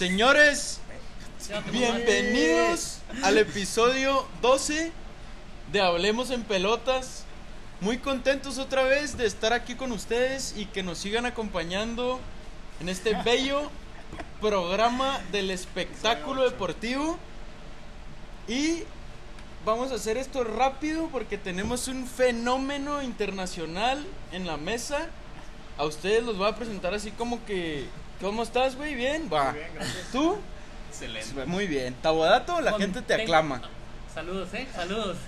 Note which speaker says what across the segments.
Speaker 1: Señores, bienvenidos al episodio 12 de Hablemos en Pelotas. Muy contentos otra vez de estar aquí con ustedes y que nos sigan acompañando en este bello programa del espectáculo deportivo. Y vamos a hacer esto rápido porque tenemos un fenómeno internacional en la mesa. A ustedes los voy a presentar así como que... ¿Cómo estás, güey? ¿Bien? Va.
Speaker 2: Muy bien, gracias.
Speaker 1: ¿Tú?
Speaker 3: Excelente.
Speaker 1: Muy bien. Tabodato, la gente te aclama.
Speaker 3: Saludos, eh, saludos.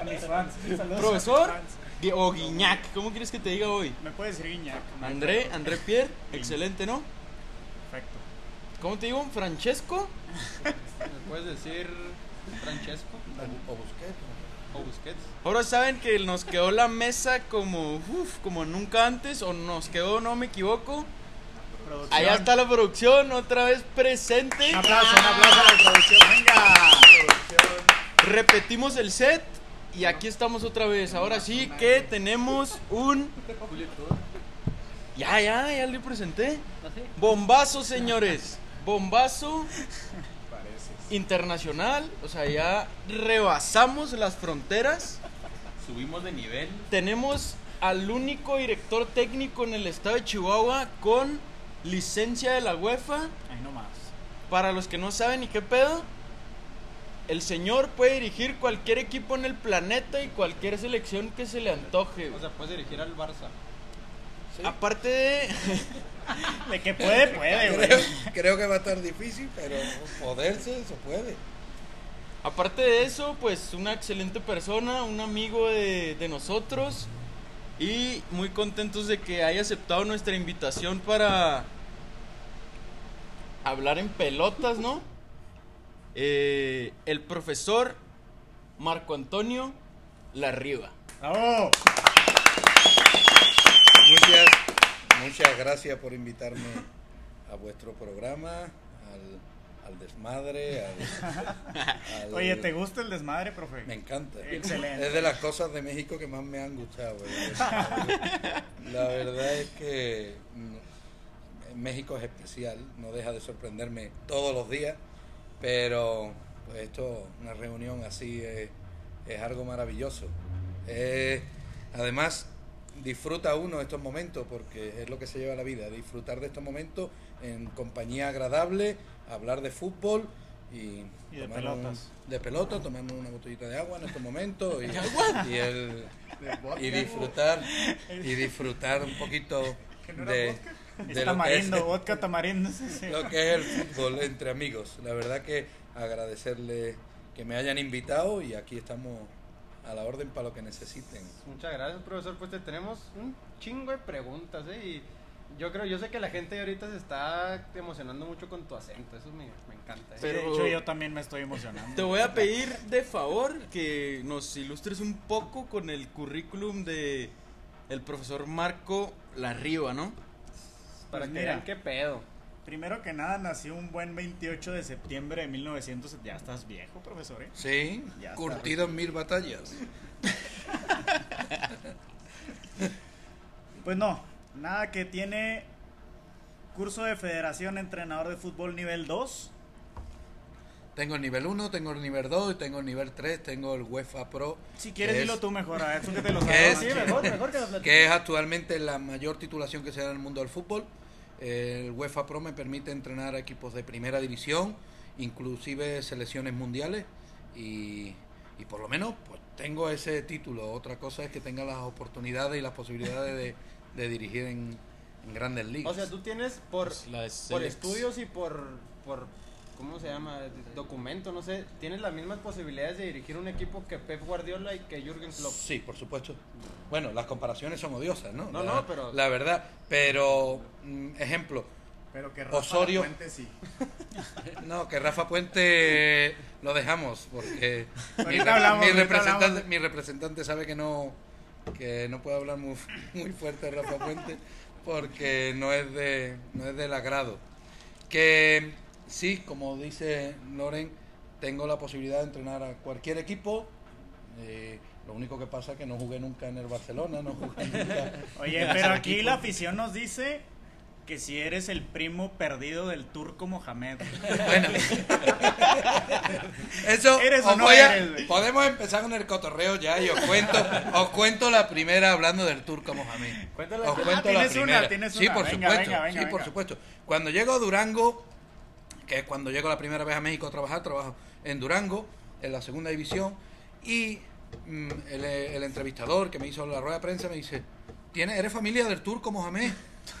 Speaker 2: A mis fans. Saludos
Speaker 1: Profesor
Speaker 2: a mis fans.
Speaker 1: Gui- o Guiñac, ¿cómo quieres que te diga hoy?
Speaker 2: Me puedes decir Guiñac. no hay
Speaker 1: André,
Speaker 2: problema.
Speaker 1: André Pierre, excelente, ¿no?
Speaker 2: Perfecto.
Speaker 1: ¿Cómo te digo? Francesco
Speaker 4: ¿Me puedes decir Francesco? O, Busquets. O Busquets.
Speaker 1: Ahora saben que nos quedó la mesa como, uf, como nunca antes, o nos quedó, no me equivoco.
Speaker 2: Producción.
Speaker 1: Allá está la producción, otra vez presente.
Speaker 2: Un aplauso, un aplauso a la producción. Venga.
Speaker 1: Repetimos el set y aquí estamos otra vez. Ahora sí que tenemos un... Ya, ya, ya le presenté.
Speaker 5: ¿Ah,
Speaker 3: Así,
Speaker 1: Bombazo, señores. Bombazo
Speaker 2: Pareces.
Speaker 1: internacional. O sea, ya rebasamos las fronteras.
Speaker 4: Subimos de nivel.
Speaker 1: Tenemos al único director técnico en el estado de Chihuahua con licencia de la UEFA.
Speaker 2: Ahí nomás.
Speaker 1: Para los que no saben ni qué pedo, el señor puede dirigir cualquier equipo en el planeta y cualquier selección que se le antoje.
Speaker 4: O
Speaker 1: güey.
Speaker 4: sea, puedes dirigir al Barça.
Speaker 1: Aparte de...
Speaker 2: De que puede, puede,
Speaker 5: Creo,
Speaker 2: güey.
Speaker 5: creo que va a estar difícil, pero poderse, se puede.
Speaker 1: Aparte de eso, pues una excelente persona, un amigo de, de nosotros y muy contentos de que haya aceptado nuestra invitación para hablar en pelotas, ¿no? Eh, el profesor Marco Antonio Larriba.
Speaker 2: Bravo.
Speaker 5: Muchas, muchas gracias por invitarme a vuestro programa, al, al desmadre, al, al-
Speaker 2: Oye, ¿te gusta el desmadre, profe?
Speaker 5: Me encanta.
Speaker 2: Excelente.
Speaker 5: Es de las cosas de México que más me han gustado. ¿verdad? La verdad es que mm, México es especial, no deja de sorprenderme todos los días, pero pues, esto, una reunión así es, es algo maravilloso. Eh, además, disfruta uno estos momentos porque es lo que se lleva la vida, disfrutar de estos momentos en compañía agradable, hablar de fútbol y,
Speaker 2: Y de
Speaker 5: tomar un-
Speaker 2: pelotas.
Speaker 5: de pelota, tomamos una botellita de agua en este momento y, y el- y disfrutar y disfrutar un poquito
Speaker 2: no era
Speaker 5: de, de
Speaker 2: Es
Speaker 5: lo, que es,
Speaker 2: tamarindo, vodka tamarindo. sí, sí.
Speaker 5: lo que es el fútbol entre amigos. La verdad que agradecerle que me hayan invitado y aquí estamos a la orden para lo que necesiten.
Speaker 6: Muchas gracias, profesor. Pues te tenemos un chingo de preguntas, ¿eh? Y yo creo, yo sé que la gente ahorita se está emocionando mucho con tu acento. Eso me, me encanta, ¿eh?
Speaker 2: Sí, de
Speaker 1: Pero-
Speaker 2: hecho, yo también me estoy emocionando.
Speaker 1: Te voy a pedir de favor que nos ilustres un poco con el currículum de el profesor Marco Larriba, ¿no?
Speaker 6: Para
Speaker 2: Pues
Speaker 6: que
Speaker 2: mira.
Speaker 6: vean qué pedo.
Speaker 2: Primero que nada, nací un buen 28 de septiembre de 1900. Ya estás viejo, profesor, ¿eh?
Speaker 5: Sí,
Speaker 2: Ya está.
Speaker 5: curtido en mil batallas.
Speaker 2: Pues no, nada que tiene curso de federación entrenador de fútbol nivel 2.
Speaker 5: Tengo el nivel 1, tengo el nivel 2, tengo el nivel 3, tengo el UEFA Pro.
Speaker 2: Si quieres,
Speaker 5: que
Speaker 2: dilo
Speaker 5: es-
Speaker 2: tú mejor, a ver, tú que te lo
Speaker 5: ¿Qué
Speaker 2: sabes.
Speaker 5: es?
Speaker 2: Sí,
Speaker 5: ¿Qué?
Speaker 2: mejor.
Speaker 6: mejor que nos
Speaker 5: que es actualmente la mayor titulación que se da en el mundo del fútbol. El UEFA Pro me permite entrenar a equipos de primera división, inclusive selecciones mundiales, y, y por lo menos pues, tengo ese título. Otra cosa es que tenga las oportunidades y las posibilidades de, de dirigir en, en grandes ligas.
Speaker 6: O sea, tú tienes por,
Speaker 1: Pues la es-
Speaker 6: por
Speaker 1: el ex-
Speaker 6: estudios y por, por, ¿cómo se llama? Documento, no sé. Tienes las mismas posibilidades de dirigir un equipo que Pep Guardiola y que Jürgen Klopp.
Speaker 5: Sí, por supuesto. Bueno, las comparaciones son odiosas, ¿no?
Speaker 6: No,
Speaker 5: la,
Speaker 6: no, pero-
Speaker 5: La verdad, pero, mm, ejemplo,
Speaker 2: Pero que
Speaker 5: Osorio.
Speaker 2: la fuente sí.
Speaker 5: No, que Rafa Puente lo dejamos porque mi,
Speaker 2: Ahorita
Speaker 5: rep-
Speaker 2: hablamos,
Speaker 5: mi
Speaker 2: ahorita
Speaker 5: representante,
Speaker 2: hablamos.
Speaker 5: mi representante sabe que no que no puedo hablar muy, f- muy fuerte de Rafa Puente porque no es de no es del agrado. Que sí, como dice Loren, tengo la posibilidad de entrenar a cualquier equipo. eh, lo único que pasa es que no jugué nunca en el Barcelona, no jugué nunca.
Speaker 2: Oye, pero aquí la afición nos dice que si eres el primo perdido del turco Mohamed.
Speaker 5: Bueno. Eso
Speaker 2: ¿Eres o
Speaker 5: os
Speaker 2: no
Speaker 5: voy a-
Speaker 2: eres, güey?
Speaker 5: podemos empezar con el cotorreo ya y os cuento, os cuento la primera hablando del turco Mohamed.
Speaker 6: Cuéntala.
Speaker 5: Os cuento la
Speaker 2: Ah, tienes una,
Speaker 5: primera.
Speaker 2: tienes
Speaker 5: sí,
Speaker 2: una.
Speaker 5: por
Speaker 2: Venga,
Speaker 5: supuesto.
Speaker 2: venga, venga,
Speaker 5: sí, por
Speaker 2: venga.
Speaker 5: supuesto. Cuando llego a Durango, que es cuando llego la primera vez a México a trabajar, trabajo en Durango, en la segunda división, y mm, el, el entrevistador que me hizo la rueda de prensa me dice, "¿Tienes- ¿eres familia del turco Mohamed?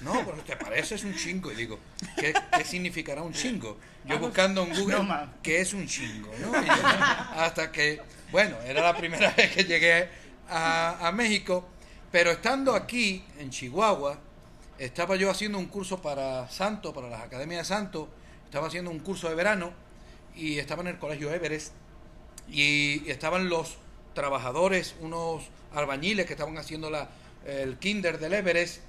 Speaker 5: No, porque te pareces un chingo. Y digo, ¿qué, qué significará un chingo? Yo buscando en Google,
Speaker 2: No, ma.
Speaker 5: ¿qué es un chingo? ¿no? Y hasta que, bueno, era la primera vez que llegué a, a México, pero estando aquí, en Chihuahua, estaba yo haciendo un curso para Santo, para las academias de Santo, estaba haciendo un curso de verano y estaba en el colegio Everest y, y estaban los trabajadores, unos albañiles que estaban haciendo la, el kinder del Everest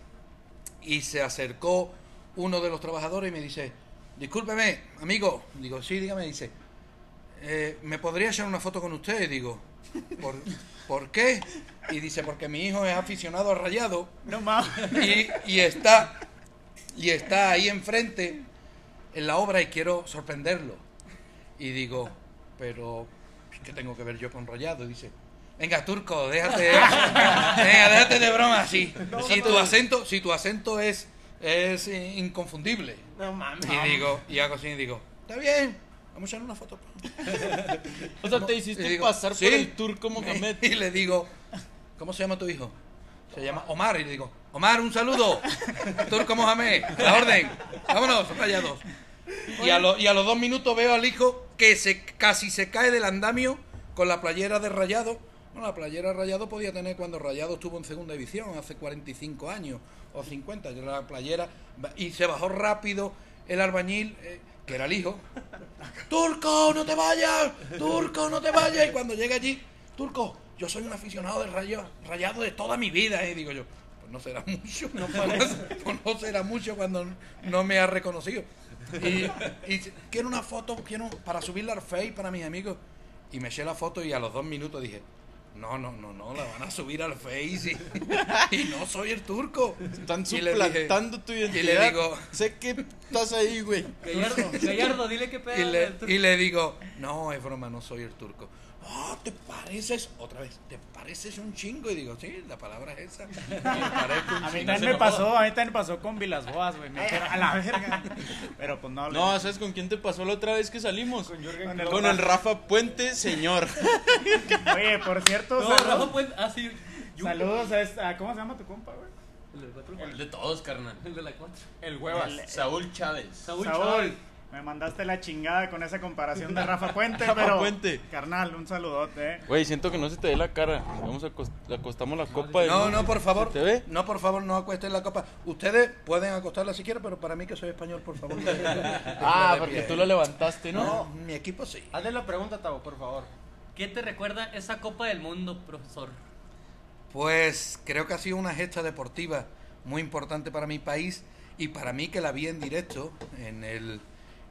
Speaker 5: y se acercó uno de los trabajadores y me dice, discúlpeme, amigo, digo, sí, dígame, dice, "Eh, ¿me podría echar una foto con usted? Y digo, ¿por, ¿por qué? Y dice, porque mi hijo es aficionado al rayado
Speaker 2: No mames.
Speaker 5: y, y está y está ahí enfrente en la obra y quiero sorprenderlo y digo pero pues, qué tengo que ver yo con Rayado y dice venga turco déjate venga, déjate de broma así si tu acento si tu acento es es inconfundible
Speaker 6: No mames.
Speaker 5: y digo y hago así y digo está bien vamos a echar una foto
Speaker 1: O sea, te
Speaker 5: Y
Speaker 1: hiciste
Speaker 5: digo,
Speaker 1: pasar
Speaker 5: "Sí".
Speaker 1: por el turco Mohamed.
Speaker 5: y le digo, ¿cómo se llama tu hijo? Se llama Omar. Y le digo, Omar, un saludo. Turco Mohamed, la orden. Vámonos, rayados. Y a, lo- y a los dos minutos veo al hijo que se casi se cae del andamio con la playera de rayado. Bueno, la playera de rayado podía tener cuando Rayado estuvo en segunda división, hace 45 años o 50. Yo la playera. Y se bajó rápido el albañil, eh, que era el hijo, Turco, no te vayas, Turco, no te vayas. Y cuando llega allí, Turco, yo soy un aficionado del rayo, rayado de toda mi vida. Y digo yo, pues no será mucho, no, pues no será mucho cuando no me ha reconocido. Y, y quiero una foto, quiero para subirla al Face para mis amigos. Y me eché la foto y a los dos minutos dije, no, no, no, no, la van a subir al Face y, y no soy el turco.
Speaker 1: Están
Speaker 5: Y le dije-
Speaker 1: suplantando tu identidad.
Speaker 5: digo-
Speaker 1: sé que estás ahí, güey.
Speaker 3: Gallardo, Gallardo, dile qué pedo.
Speaker 5: y le,
Speaker 3: güey.
Speaker 5: y le digo, no, es broma, no soy el turco. Oh, te pareces, otra vez, te pareces un chingo. Y digo, sí, la palabra es esa. Me parezco un
Speaker 2: A mí
Speaker 5: chingo.
Speaker 2: también me pasó, a mí también me pasó con Vilasboas, güey. Me dijeron, a la verga. Pero pues no,
Speaker 1: No,
Speaker 2: no
Speaker 1: ¿sabes con quién te pasó la otra vez que salimos?
Speaker 6: Con Jürgen
Speaker 2: Con el-
Speaker 6: Klopp.
Speaker 1: Con el Rafa Puente, señor.
Speaker 2: Oye, por cierto,
Speaker 3: No,
Speaker 2: saludos,
Speaker 3: Rafa Puente. Ah, sí. Yo-
Speaker 2: saludos a, esta- ¿Cómo se llama tu compa, güey?
Speaker 3: El de cuatro.
Speaker 4: El de todos, carnal.
Speaker 3: El de la cuatro.
Speaker 6: El huevas.
Speaker 4: Saúl Chávez.
Speaker 3: Saúl.
Speaker 2: Saúl.
Speaker 3: Chávez.
Speaker 2: Me mandaste la chingada con esa comparación de Rafa Puente,
Speaker 1: Rafa
Speaker 2: pero.
Speaker 1: Puente.
Speaker 2: Carnal, un saludote, eh.
Speaker 1: Güey, siento que no se te ve la cara. Vamos a acost- acostamos la copa de
Speaker 5: No, no, por favor.
Speaker 1: ¿Se te ve?
Speaker 5: No, por favor, no acuesten la copa. Ustedes pueden acostarla si quieren, pero para mí que soy español, por favor. no.
Speaker 1: Ah, porque tú lo levantaste,
Speaker 5: No,
Speaker 1: ¿no?
Speaker 5: mi equipo sí.
Speaker 6: Hazle la pregunta, Tavo, por favor.
Speaker 3: ¿Qué te recuerda esa Copa del Mundo, profesor?
Speaker 5: Pues creo que ha sido una gesta deportiva muy importante para mi país y para mí que la vi en directo en el,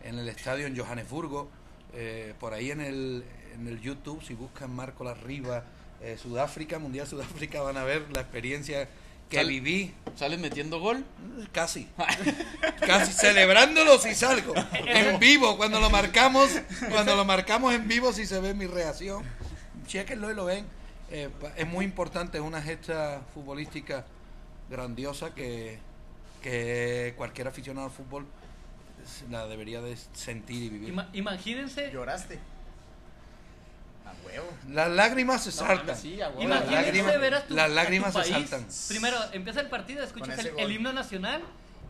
Speaker 5: en el estadio en Johannesburgo, eh, por ahí en el, en el YouTube, si buscan Marco Larriba, eh, Sudáfrica, Mundial Sudáfrica, van a ver la experiencia que
Speaker 1: Sal-
Speaker 5: viví
Speaker 1: ¿Sales metiendo gol?
Speaker 5: Casi. Casi celebrándolo si salgo. En vivo, cuando lo marcamos, cuando lo marcamos en vivo si se ve mi reacción. Chequenlo y lo ven. Eh, pa- es muy importante, es una gesta futbolística grandiosa que, que cualquier aficionado al fútbol s- la debería de sentir y vivir.
Speaker 3: Ima- imagínense.
Speaker 2: Lloraste.
Speaker 6: A huevo.
Speaker 5: Las lágrimas se
Speaker 6: No mames,
Speaker 5: saltan.
Speaker 6: sí, a huevo.
Speaker 5: Imagina-
Speaker 3: Imagínense
Speaker 5: Las lágrimas-
Speaker 3: ver a tu,
Speaker 5: las
Speaker 3: a tu
Speaker 5: lágrimas se
Speaker 3: país.
Speaker 5: saltan.
Speaker 3: Primero, empieza el partido, escuchas
Speaker 2: Con ese
Speaker 3: el,
Speaker 2: gol.
Speaker 3: el himno nacional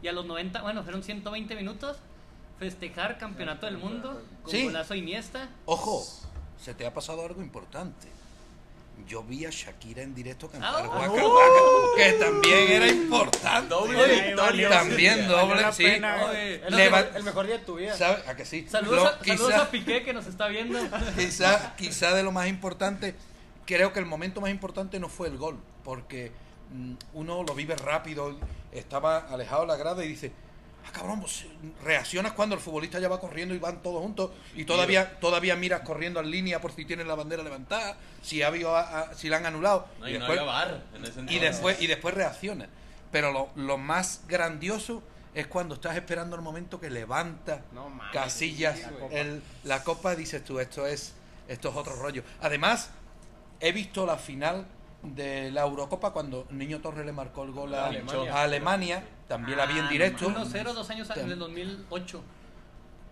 Speaker 3: y a los 90, bueno, fueron 120 minutos, festejar campeonato del mundo con
Speaker 5: Sí.
Speaker 3: golazo de Iniesta.
Speaker 5: Ojo, se te ha pasado algo importante. Yo vi a Shakira en directo cantar
Speaker 3: Ah,
Speaker 5: Waka Waka, que también era importante.
Speaker 4: Doble victoria.
Speaker 5: También doble,
Speaker 2: la
Speaker 5: sí.
Speaker 2: pena.
Speaker 3: Oye,
Speaker 6: El,
Speaker 5: Leva-
Speaker 6: mejor, el mejor día de tu vida.
Speaker 5: ¿Sabes? ¿A que sí?
Speaker 3: Saludos,
Speaker 5: Lo-
Speaker 3: a, saludos a Piqué que nos está viendo.
Speaker 5: quizá, quizá de lo más importante, creo que el momento más importante no fue el gol, porque mm, uno lo vive rápido, estaba alejado de la grada y dice, ah, cabrón, pues, reaccionas cuando el futbolista ya va corriendo y van todos juntos y todavía, todavía miras corriendo en línea por si tienen la bandera levantada, si, ha habido a- a- si la han anulado.
Speaker 4: No,
Speaker 5: Y
Speaker 4: y no
Speaker 5: después-
Speaker 4: había bar en ese
Speaker 5: y
Speaker 4: entonces.
Speaker 5: después y después reacciona pero lo, lo más grandioso es cuando estás esperando el momento que levanta
Speaker 6: No mames.
Speaker 5: casillas,
Speaker 6: Sí, güey.
Speaker 5: el- la copa, dices tú, esto es, esto es otro rollo. Además, he visto la final de la Eurocopa cuando Niño Torre le marcó el gol a a Alemania,
Speaker 6: Alemania.
Speaker 5: también la vi en
Speaker 3: Ah,
Speaker 5: directo.
Speaker 3: no, 1-0 dos años antes, en el 2008.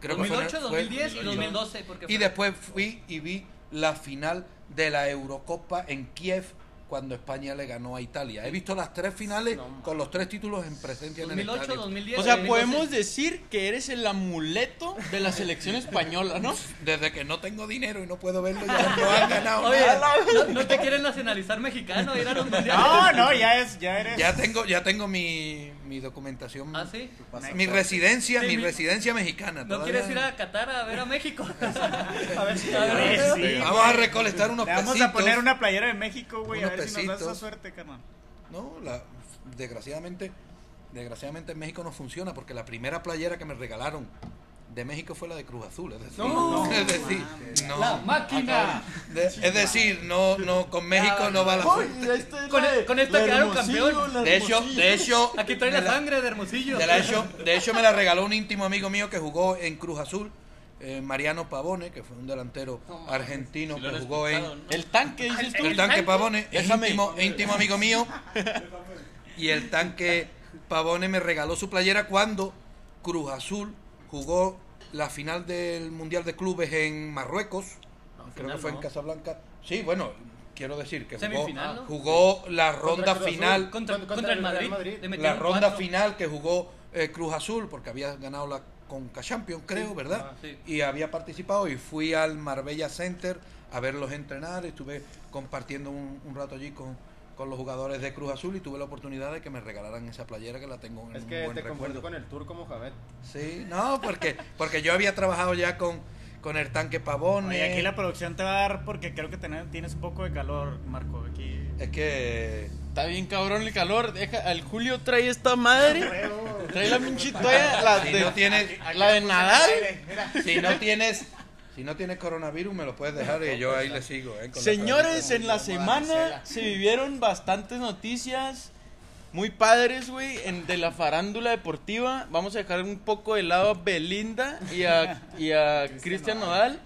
Speaker 5: Creo que fue en el-
Speaker 3: 2008,
Speaker 5: fue-
Speaker 3: 2010 y 2012. Porque
Speaker 5: Y
Speaker 3: fue-
Speaker 5: después fui y vi la final de la Eurocopa en Kiev cuando España le ganó a Italia. He visto las tres finales
Speaker 6: No,
Speaker 5: con los tres títulos en presencia en el
Speaker 3: 2008,
Speaker 5: estadio.
Speaker 3: 2010.
Speaker 1: O sea,
Speaker 3: 2012.
Speaker 1: podemos decir que eres el amuleto de la selección española, ¿no?
Speaker 5: Desde que no tengo dinero y no puedo verlo, ya no han ganado
Speaker 3: Oye,
Speaker 5: nada.
Speaker 3: no, no te quieren nacionalizar mexicano, ir a los mundiales.
Speaker 2: No, no, ya es, ya eres.
Speaker 5: Ya tengo, ya tengo mi, mi documentación,
Speaker 3: ¿Ah, sí?
Speaker 5: mi residencia,
Speaker 3: Sí,
Speaker 5: mi
Speaker 3: mi-
Speaker 5: residencia mexicana.
Speaker 3: ¿No
Speaker 5: todavía-
Speaker 3: quieres ir a Qatar a ver a México?
Speaker 2: A ver si
Speaker 3: A ver,
Speaker 2: Sí, güey.
Speaker 5: Vamos a recolectar unos
Speaker 2: Le vamos
Speaker 5: pesitos.
Speaker 2: a poner una playera de México, güey, a
Speaker 5: Unos
Speaker 2: ver si nos da esa
Speaker 5: pesitos.
Speaker 2: suerte, carnal.
Speaker 5: No, la, desgraciadamente, desgraciadamente en México no funciona porque la primera playera que me regalaron de México fue la de Cruz Azul. Es decir,
Speaker 3: No,
Speaker 5: es decir, no.
Speaker 3: ¡La
Speaker 1: Ah,
Speaker 3: máquina!
Speaker 5: De- es decir, no, no, con México no va la suerte.
Speaker 3: Con- e-, con esta quedaron campeón.
Speaker 5: De hecho, de hecho,
Speaker 3: Aquí trae
Speaker 5: me
Speaker 3: la sangre de Hermosillo.
Speaker 5: De, la hecho, de hecho, me la regaló un íntimo amigo mío que jugó en Cruz Azul, eh, Mariano Pavone, que fue un delantero argentino que jugó en
Speaker 1: El tanque, dices tú.
Speaker 5: el tanque Pavone, es
Speaker 1: Déjame.
Speaker 5: íntimo, íntimo amigo mío. Y el tanque Pavone me regaló su playera cuando Cruz Azul jugó la final del Mundial de Clubes en Marruecos. Creo que
Speaker 3: final
Speaker 5: fue en
Speaker 3: no.
Speaker 5: Casablanca. Sí, bueno, quiero decir que jugó,
Speaker 3: Semifinal, ¿no?
Speaker 5: jugó la ronda
Speaker 6: Cruz Azul.
Speaker 5: final
Speaker 3: Contra,
Speaker 6: Contra-
Speaker 3: contra
Speaker 6: contra
Speaker 3: el Madrid.
Speaker 6: el Madrid.
Speaker 3: le
Speaker 5: la
Speaker 3: metieron
Speaker 5: ronda
Speaker 3: cuatro.
Speaker 5: final que jugó eh, Cruz Azul, porque había ganado la Conca Champions, creo, ¿verdad?
Speaker 3: Ah, sí.
Speaker 5: Y había participado y fui al Marbella Center a verlos entrenar, estuve compartiendo un, un rato allí con, con los jugadores de Cruz Azul y tuve la oportunidad de que me regalaran esa playera que la tengo en
Speaker 6: Es
Speaker 5: un
Speaker 6: que
Speaker 5: buen
Speaker 6: te confundí
Speaker 5: recuerdo.
Speaker 6: con el turco Mohamed.
Speaker 5: Sí, no, porque, porque yo había trabajado ya con, con el tanque Pavón.
Speaker 2: Oye, aquí la producción te va a dar porque creo que tenés- tienes un poco de calor, Marco. Aquí.
Speaker 5: Es que...
Speaker 1: Está bien cabrón el calor. Deja, el Julio trae esta madre. Trae la pinche toalla, la
Speaker 5: Si no
Speaker 1: de,
Speaker 5: tienes,
Speaker 1: la de nadar.
Speaker 5: si no tienes, si no tienes coronavirus me lo puedes dejar y yo ahí le sigo. eh, con la
Speaker 1: Señores,
Speaker 5: playerita.
Speaker 1: en la semana se vivieron bastantes noticias muy padres, güey, en- de la farándula deportiva. Vamos a dejar un poco de lado a Belinda y a, y a Cristian Nodal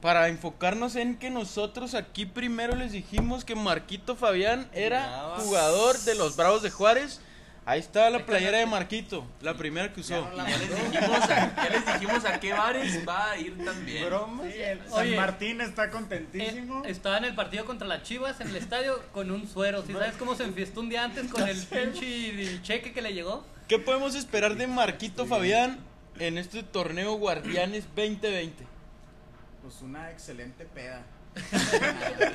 Speaker 1: para enfocarnos en que nosotros aquí primero les dijimos que Marquito Fabián era
Speaker 6: Jugaba.
Speaker 1: jugador de los Bravos de Juárez. Ahí estaba la playera de Marquito, la primera que usó.
Speaker 7: Ya les dijimos a- ya les dijimos a qué bares va a ir también.
Speaker 6: Broma.
Speaker 2: San
Speaker 3: Oye.
Speaker 2: Martín está
Speaker 3: Eh,
Speaker 2: contentísimo.
Speaker 3: estaba en el partido contra las Chivas en el estadio con un suero. ¿Sí sabes cómo se enfiestó un día antes con el pinche cheque que le llegó?
Speaker 1: ¿Qué podemos esperar de Marquito Fabián en este torneo Guardianes 2020?
Speaker 8: Pues una excelente peda.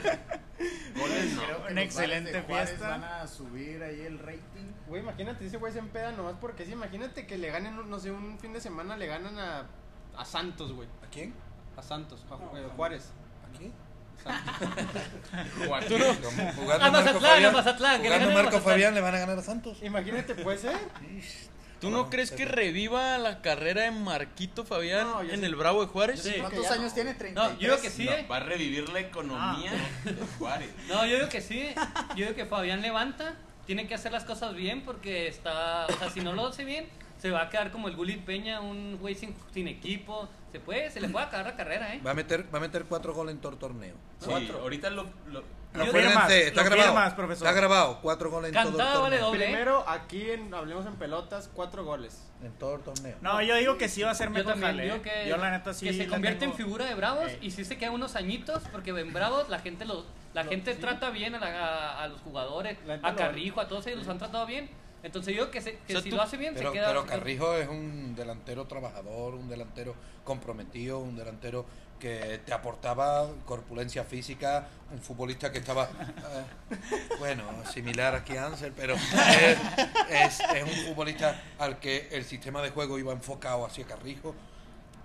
Speaker 7: Goles no.
Speaker 8: Creo
Speaker 2: Una
Speaker 8: que los bares de
Speaker 2: excelente
Speaker 8: Juárez
Speaker 2: fiesta.
Speaker 8: Van a subir ahí el rating.
Speaker 6: Güey, imagínate, ese güey se empeda nomás porque sí, imagínate que le ganen, no sé, un fin de semana le ganan a, a Santos, güey.
Speaker 5: ¿A quién?
Speaker 6: A Santos, a Ju- eh, Juárez.
Speaker 5: ¿A quién?
Speaker 7: Juan,
Speaker 5: Como Jugando
Speaker 3: A
Speaker 5: Marco
Speaker 3: Ah, Mazatlán,
Speaker 5: Fabián,
Speaker 3: a Mazatlán, Ah, que le
Speaker 5: jugando
Speaker 3: ganen a
Speaker 5: Marco
Speaker 3: Mazatlán.
Speaker 5: Fabián le van a ganar a Santos.
Speaker 6: Imagínate, pues, ¿eh?
Speaker 1: ¿Tú no crees que reviva la carrera de Marquito Fabián
Speaker 6: No, yo
Speaker 1: en
Speaker 6: sí.
Speaker 1: el Bravo de Juárez?
Speaker 3: Sí.
Speaker 8: ¿Cuántos
Speaker 6: ya
Speaker 8: años tiene? 30.
Speaker 3: No, yo creo que sí, ¿eh?
Speaker 7: va a revivir la
Speaker 6: Ah,
Speaker 7: economía de Juárez.
Speaker 3: No, yo digo que sí. Yo digo que Fabián levanta. Tiene que hacer las cosas bien porque está. O sea, si no lo hace bien, se va a quedar como el Gulit Peña, un güey sin, sin equipo. Se puede, se le puede acabar la carrera, ¿eh?
Speaker 5: Va a meter, va a meter cuatro goles en todo el torneo.
Speaker 7: Sí, ahorita lo, lo-
Speaker 3: Lo
Speaker 5: Acuérdense,
Speaker 2: firmas,
Speaker 5: está
Speaker 2: lo
Speaker 5: grabado.
Speaker 2: firmas, profesor.
Speaker 5: Está grabado, cuatro goles en todo el
Speaker 3: Cantado vale
Speaker 5: torneo.
Speaker 3: doble. ¿eh?
Speaker 6: Primero, aquí en Hablemos en Pelotas, cuatro goles.
Speaker 5: En todo el torneo.
Speaker 2: No, yo digo que sí va a ser
Speaker 3: Yo
Speaker 2: mejor
Speaker 3: también
Speaker 2: jale.
Speaker 3: digo que,
Speaker 2: yo la neta sí.
Speaker 3: que se
Speaker 2: la
Speaker 3: convierte
Speaker 2: tengo-
Speaker 3: en figura de Bravos y sí se queda unos añitos porque en Bravos la gente los la gente trata bien a, la- a- a los jugadores,
Speaker 6: La gente
Speaker 3: a
Speaker 6: lo-
Speaker 3: Carrijo, a todos ellos los han tratado bien. Entonces yo digo que, se- que
Speaker 1: O sea,
Speaker 3: si
Speaker 1: tú-
Speaker 3: lo hace bien
Speaker 5: Pero,
Speaker 3: se queda.
Speaker 5: pero
Speaker 3: se queda-
Speaker 5: Carrijo es un delantero trabajador, un delantero comprometido, un delantero que te aportaba corpulencia física, un futbolista que estaba, eh, bueno, similar aquí a Ansel, pero es, es- es un futbolista al que el sistema de juego iba enfocado hacia Carrijo,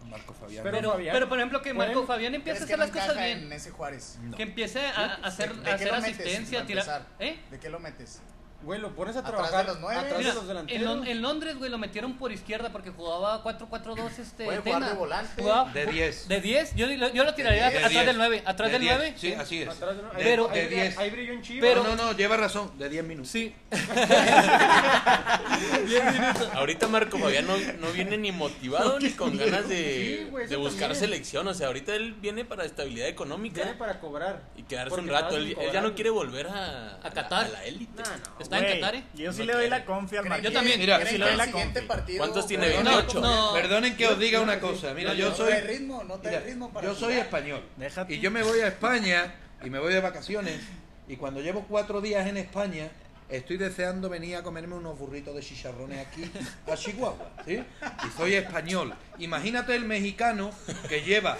Speaker 5: Marco Fabián.
Speaker 6: Pero-
Speaker 3: Pero,
Speaker 6: Fabián-
Speaker 3: pero, por ejemplo que Marco
Speaker 6: Pueden-
Speaker 3: Fabián
Speaker 8: ¿Crees
Speaker 3: empiece a
Speaker 8: que
Speaker 3: hacer
Speaker 8: no
Speaker 3: las cosas
Speaker 8: encaja
Speaker 3: bien.
Speaker 8: en ese Juárez?
Speaker 5: No.
Speaker 3: Que empiece a, a hacer,
Speaker 8: ¿De
Speaker 3: a
Speaker 8: qué
Speaker 3: hacer
Speaker 8: lo metes,
Speaker 3: asistencia,
Speaker 8: para
Speaker 3: a tirar.
Speaker 8: empezar?
Speaker 3: ¿Eh?
Speaker 8: ¿De qué lo metes?
Speaker 6: Güey, lo pones a
Speaker 8: Atrás
Speaker 6: trabajar.
Speaker 8: de los nueve.
Speaker 6: atrás de
Speaker 3: Mira,
Speaker 6: los
Speaker 3: en,
Speaker 6: delanteros.
Speaker 3: Lon- en Londres, güey, lo metieron por izquierda porque jugaba 4-4-2 este
Speaker 8: Puede jugar
Speaker 3: Tena.
Speaker 8: de volante.
Speaker 3: Jugaba
Speaker 5: De 10.
Speaker 3: de 10. Yo, lo- yo lo tiraría
Speaker 5: De
Speaker 3: atrás
Speaker 5: 10.
Speaker 3: del 9, atrás
Speaker 5: De
Speaker 3: del
Speaker 5: 10,
Speaker 3: 9.
Speaker 5: Sí, así es.
Speaker 6: Atrás de los-
Speaker 5: De-
Speaker 3: Pero-
Speaker 5: de
Speaker 6: ahí,
Speaker 5: 10.
Speaker 6: ahí brilló en Chivas.
Speaker 3: Pero-
Speaker 5: no, no, no, lleva razón, de 10 minutos.
Speaker 3: Sí.
Speaker 7: Ahorita Marco Fabián no, no viene ni motivado ni con ganas de,
Speaker 6: Sí, güey, eso
Speaker 7: de buscar
Speaker 6: también.
Speaker 7: selección. O sea, ahorita él viene para estabilidad
Speaker 6: Viene
Speaker 7: económica
Speaker 6: para cobrar.
Speaker 7: y quedarse
Speaker 6: Porque
Speaker 7: un rato.
Speaker 6: estaba
Speaker 7: Él,
Speaker 6: sin
Speaker 7: él ya no
Speaker 6: cobrar.
Speaker 7: quiere volver a, a
Speaker 3: Qatar.
Speaker 7: la- a la élite.
Speaker 6: No, no.
Speaker 7: Está-
Speaker 3: Está en
Speaker 2: Güey,
Speaker 3: Qatar, eh.
Speaker 2: Yo sí
Speaker 7: No
Speaker 2: le doy
Speaker 7: creo.
Speaker 2: la confi al
Speaker 8: ¿Creen
Speaker 2: Marqués.
Speaker 3: Yo también.
Speaker 5: Mira,
Speaker 8: ¿creen
Speaker 5: sí
Speaker 8: que
Speaker 5: le doy
Speaker 8: el
Speaker 5: la
Speaker 8: siguiente
Speaker 2: confi.
Speaker 8: partido-
Speaker 7: ¿Cuántos tiene?
Speaker 8: Perdón,
Speaker 7: 28.
Speaker 3: No,
Speaker 5: Perdonen que os diga una cosa. Mira, yo
Speaker 8: no
Speaker 5: soy.
Speaker 8: trae ritmo, no trae
Speaker 5: mira,
Speaker 8: ritmo para
Speaker 5: yo soy
Speaker 8: jugar.
Speaker 5: español.
Speaker 2: Déjate.
Speaker 5: Y yo me voy a España y me voy de vacaciones. Y cuando llevo cuatro días en España, estoy deseando venir a comerme unos burritos de chicharrones aquí a Chihuahua. ¿sí? Y soy español. Imagínate el mexicano que lleva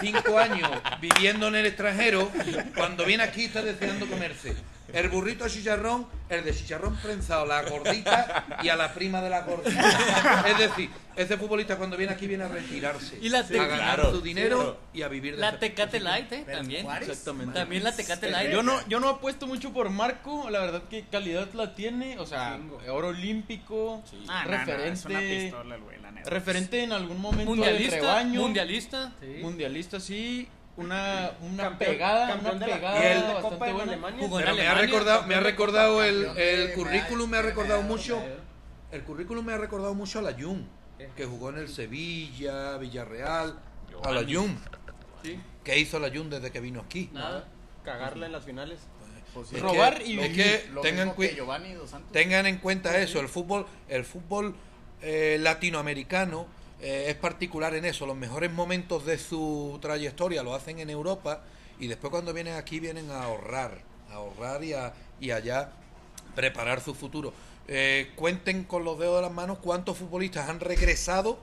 Speaker 5: cinco años viviendo en el extranjero, cuando viene aquí está deseando comerse. El burrito de chicharrón, el de chicharrón prensado, la gordita y a la prima de la gordita. Es decir, ese futbolista cuando viene aquí viene a retirarse,
Speaker 3: Y la
Speaker 5: a
Speaker 3: te-
Speaker 5: ganar
Speaker 7: claro,
Speaker 5: su dinero y a vivir de
Speaker 3: La
Speaker 5: esa-
Speaker 3: Tecate Light, eh,
Speaker 8: Pero
Speaker 3: también.
Speaker 8: Juárez,
Speaker 1: Exactamente.
Speaker 3: También la Tecate Light.
Speaker 1: este, Yo no, yo no apuesto mucho por Marco, la verdad que calidad la tiene, o sea, oro olímpico,
Speaker 7: Sí.
Speaker 2: Ah, no, no, es una
Speaker 1: referente,
Speaker 2: pistola el güey, la neta.
Speaker 1: referente en algún momento
Speaker 3: mundialista,
Speaker 1: del rebaño,
Speaker 3: mundialista.
Speaker 1: mundialista, sí, una, una
Speaker 6: Campeón-
Speaker 1: pegada,
Speaker 6: campeón
Speaker 1: una
Speaker 6: de la-
Speaker 1: pegada
Speaker 5: de la
Speaker 6: Copa
Speaker 1: bastante
Speaker 6: en
Speaker 1: buena.
Speaker 6: Alemania.
Speaker 3: Jugó en
Speaker 5: Pero me ha
Speaker 3: Alemania.
Speaker 5: recordado, me ha recordado el,
Speaker 8: Campeón de
Speaker 5: el
Speaker 8: medalla,
Speaker 5: currículum, me ha recordado
Speaker 8: ganador,
Speaker 5: mucho.
Speaker 8: ganador.
Speaker 5: El currículum me ha recordado mucho a la Jun, que jugó en el Sevilla, Villarreal, a la Jun.
Speaker 6: Sí.
Speaker 5: ¿Qué hizo la Jun desde que vino aquí?
Speaker 3: Nada.
Speaker 6: Cagarla en las finales.
Speaker 8: Pues sí,
Speaker 5: Es que-
Speaker 1: Robar y
Speaker 5: es
Speaker 1: vivir.
Speaker 5: que
Speaker 8: lo
Speaker 5: tengan,
Speaker 8: mismo que
Speaker 5: cui-
Speaker 8: Giovanni Dos Santos.
Speaker 5: tengan en cuenta eso, el fútbol, el fútbol eh, latinoamericano eh, es particular en eso. Los mejores momentos de su trayectoria lo hacen en Europa y después cuando vienen aquí vienen a ahorrar, a ahorrar y, a, y allá preparar su futuro. Eh, cuenten con los dedos de las manos cuántos futbolistas han regresado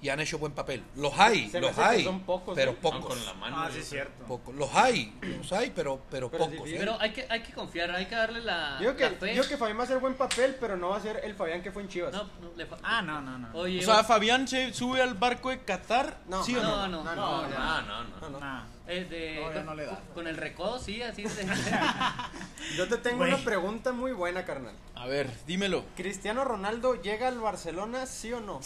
Speaker 5: y han hecho buen papel. Los hay,
Speaker 6: Se me
Speaker 5: los
Speaker 6: hace que
Speaker 5: hay,
Speaker 6: son pocos,
Speaker 5: pero
Speaker 6: ¿eh?
Speaker 5: pocos,
Speaker 7: Con la mano.
Speaker 2: Ah,
Speaker 7: güey.
Speaker 2: sí, es cierto.
Speaker 5: pocos. Los hay, los hay, pero, pero,
Speaker 6: Pero
Speaker 5: pocos.
Speaker 6: sí,
Speaker 5: ¿eh?
Speaker 3: Pero hay que, hay que confiar, hay que darle la,
Speaker 6: Yo
Speaker 3: Ah, la
Speaker 6: que,
Speaker 3: fe.
Speaker 6: yo que Fabián va a hacer buen papel, pero no va a ser el Fabián que fue en Chivas.
Speaker 3: No, no, le fa-
Speaker 2: Ah, no, no, no.
Speaker 3: Oye,
Speaker 1: O sea, Fabián se sube al barco de Qatar,
Speaker 6: No,
Speaker 1: ¿sí o no?
Speaker 3: no, no, no,
Speaker 6: no,
Speaker 3: no.
Speaker 7: No, no, no.
Speaker 2: Nah.
Speaker 3: Eh, de-
Speaker 8: No, ya
Speaker 3: con,
Speaker 8: no le da.
Speaker 3: con el recodo, sí, así es.
Speaker 6: Yo te tengo
Speaker 2: Güey.
Speaker 6: una pregunta muy buena, carnal.
Speaker 1: A ver, dímelo.
Speaker 6: ¿Cristiano Ronaldo llega al Barcelona, sí o no?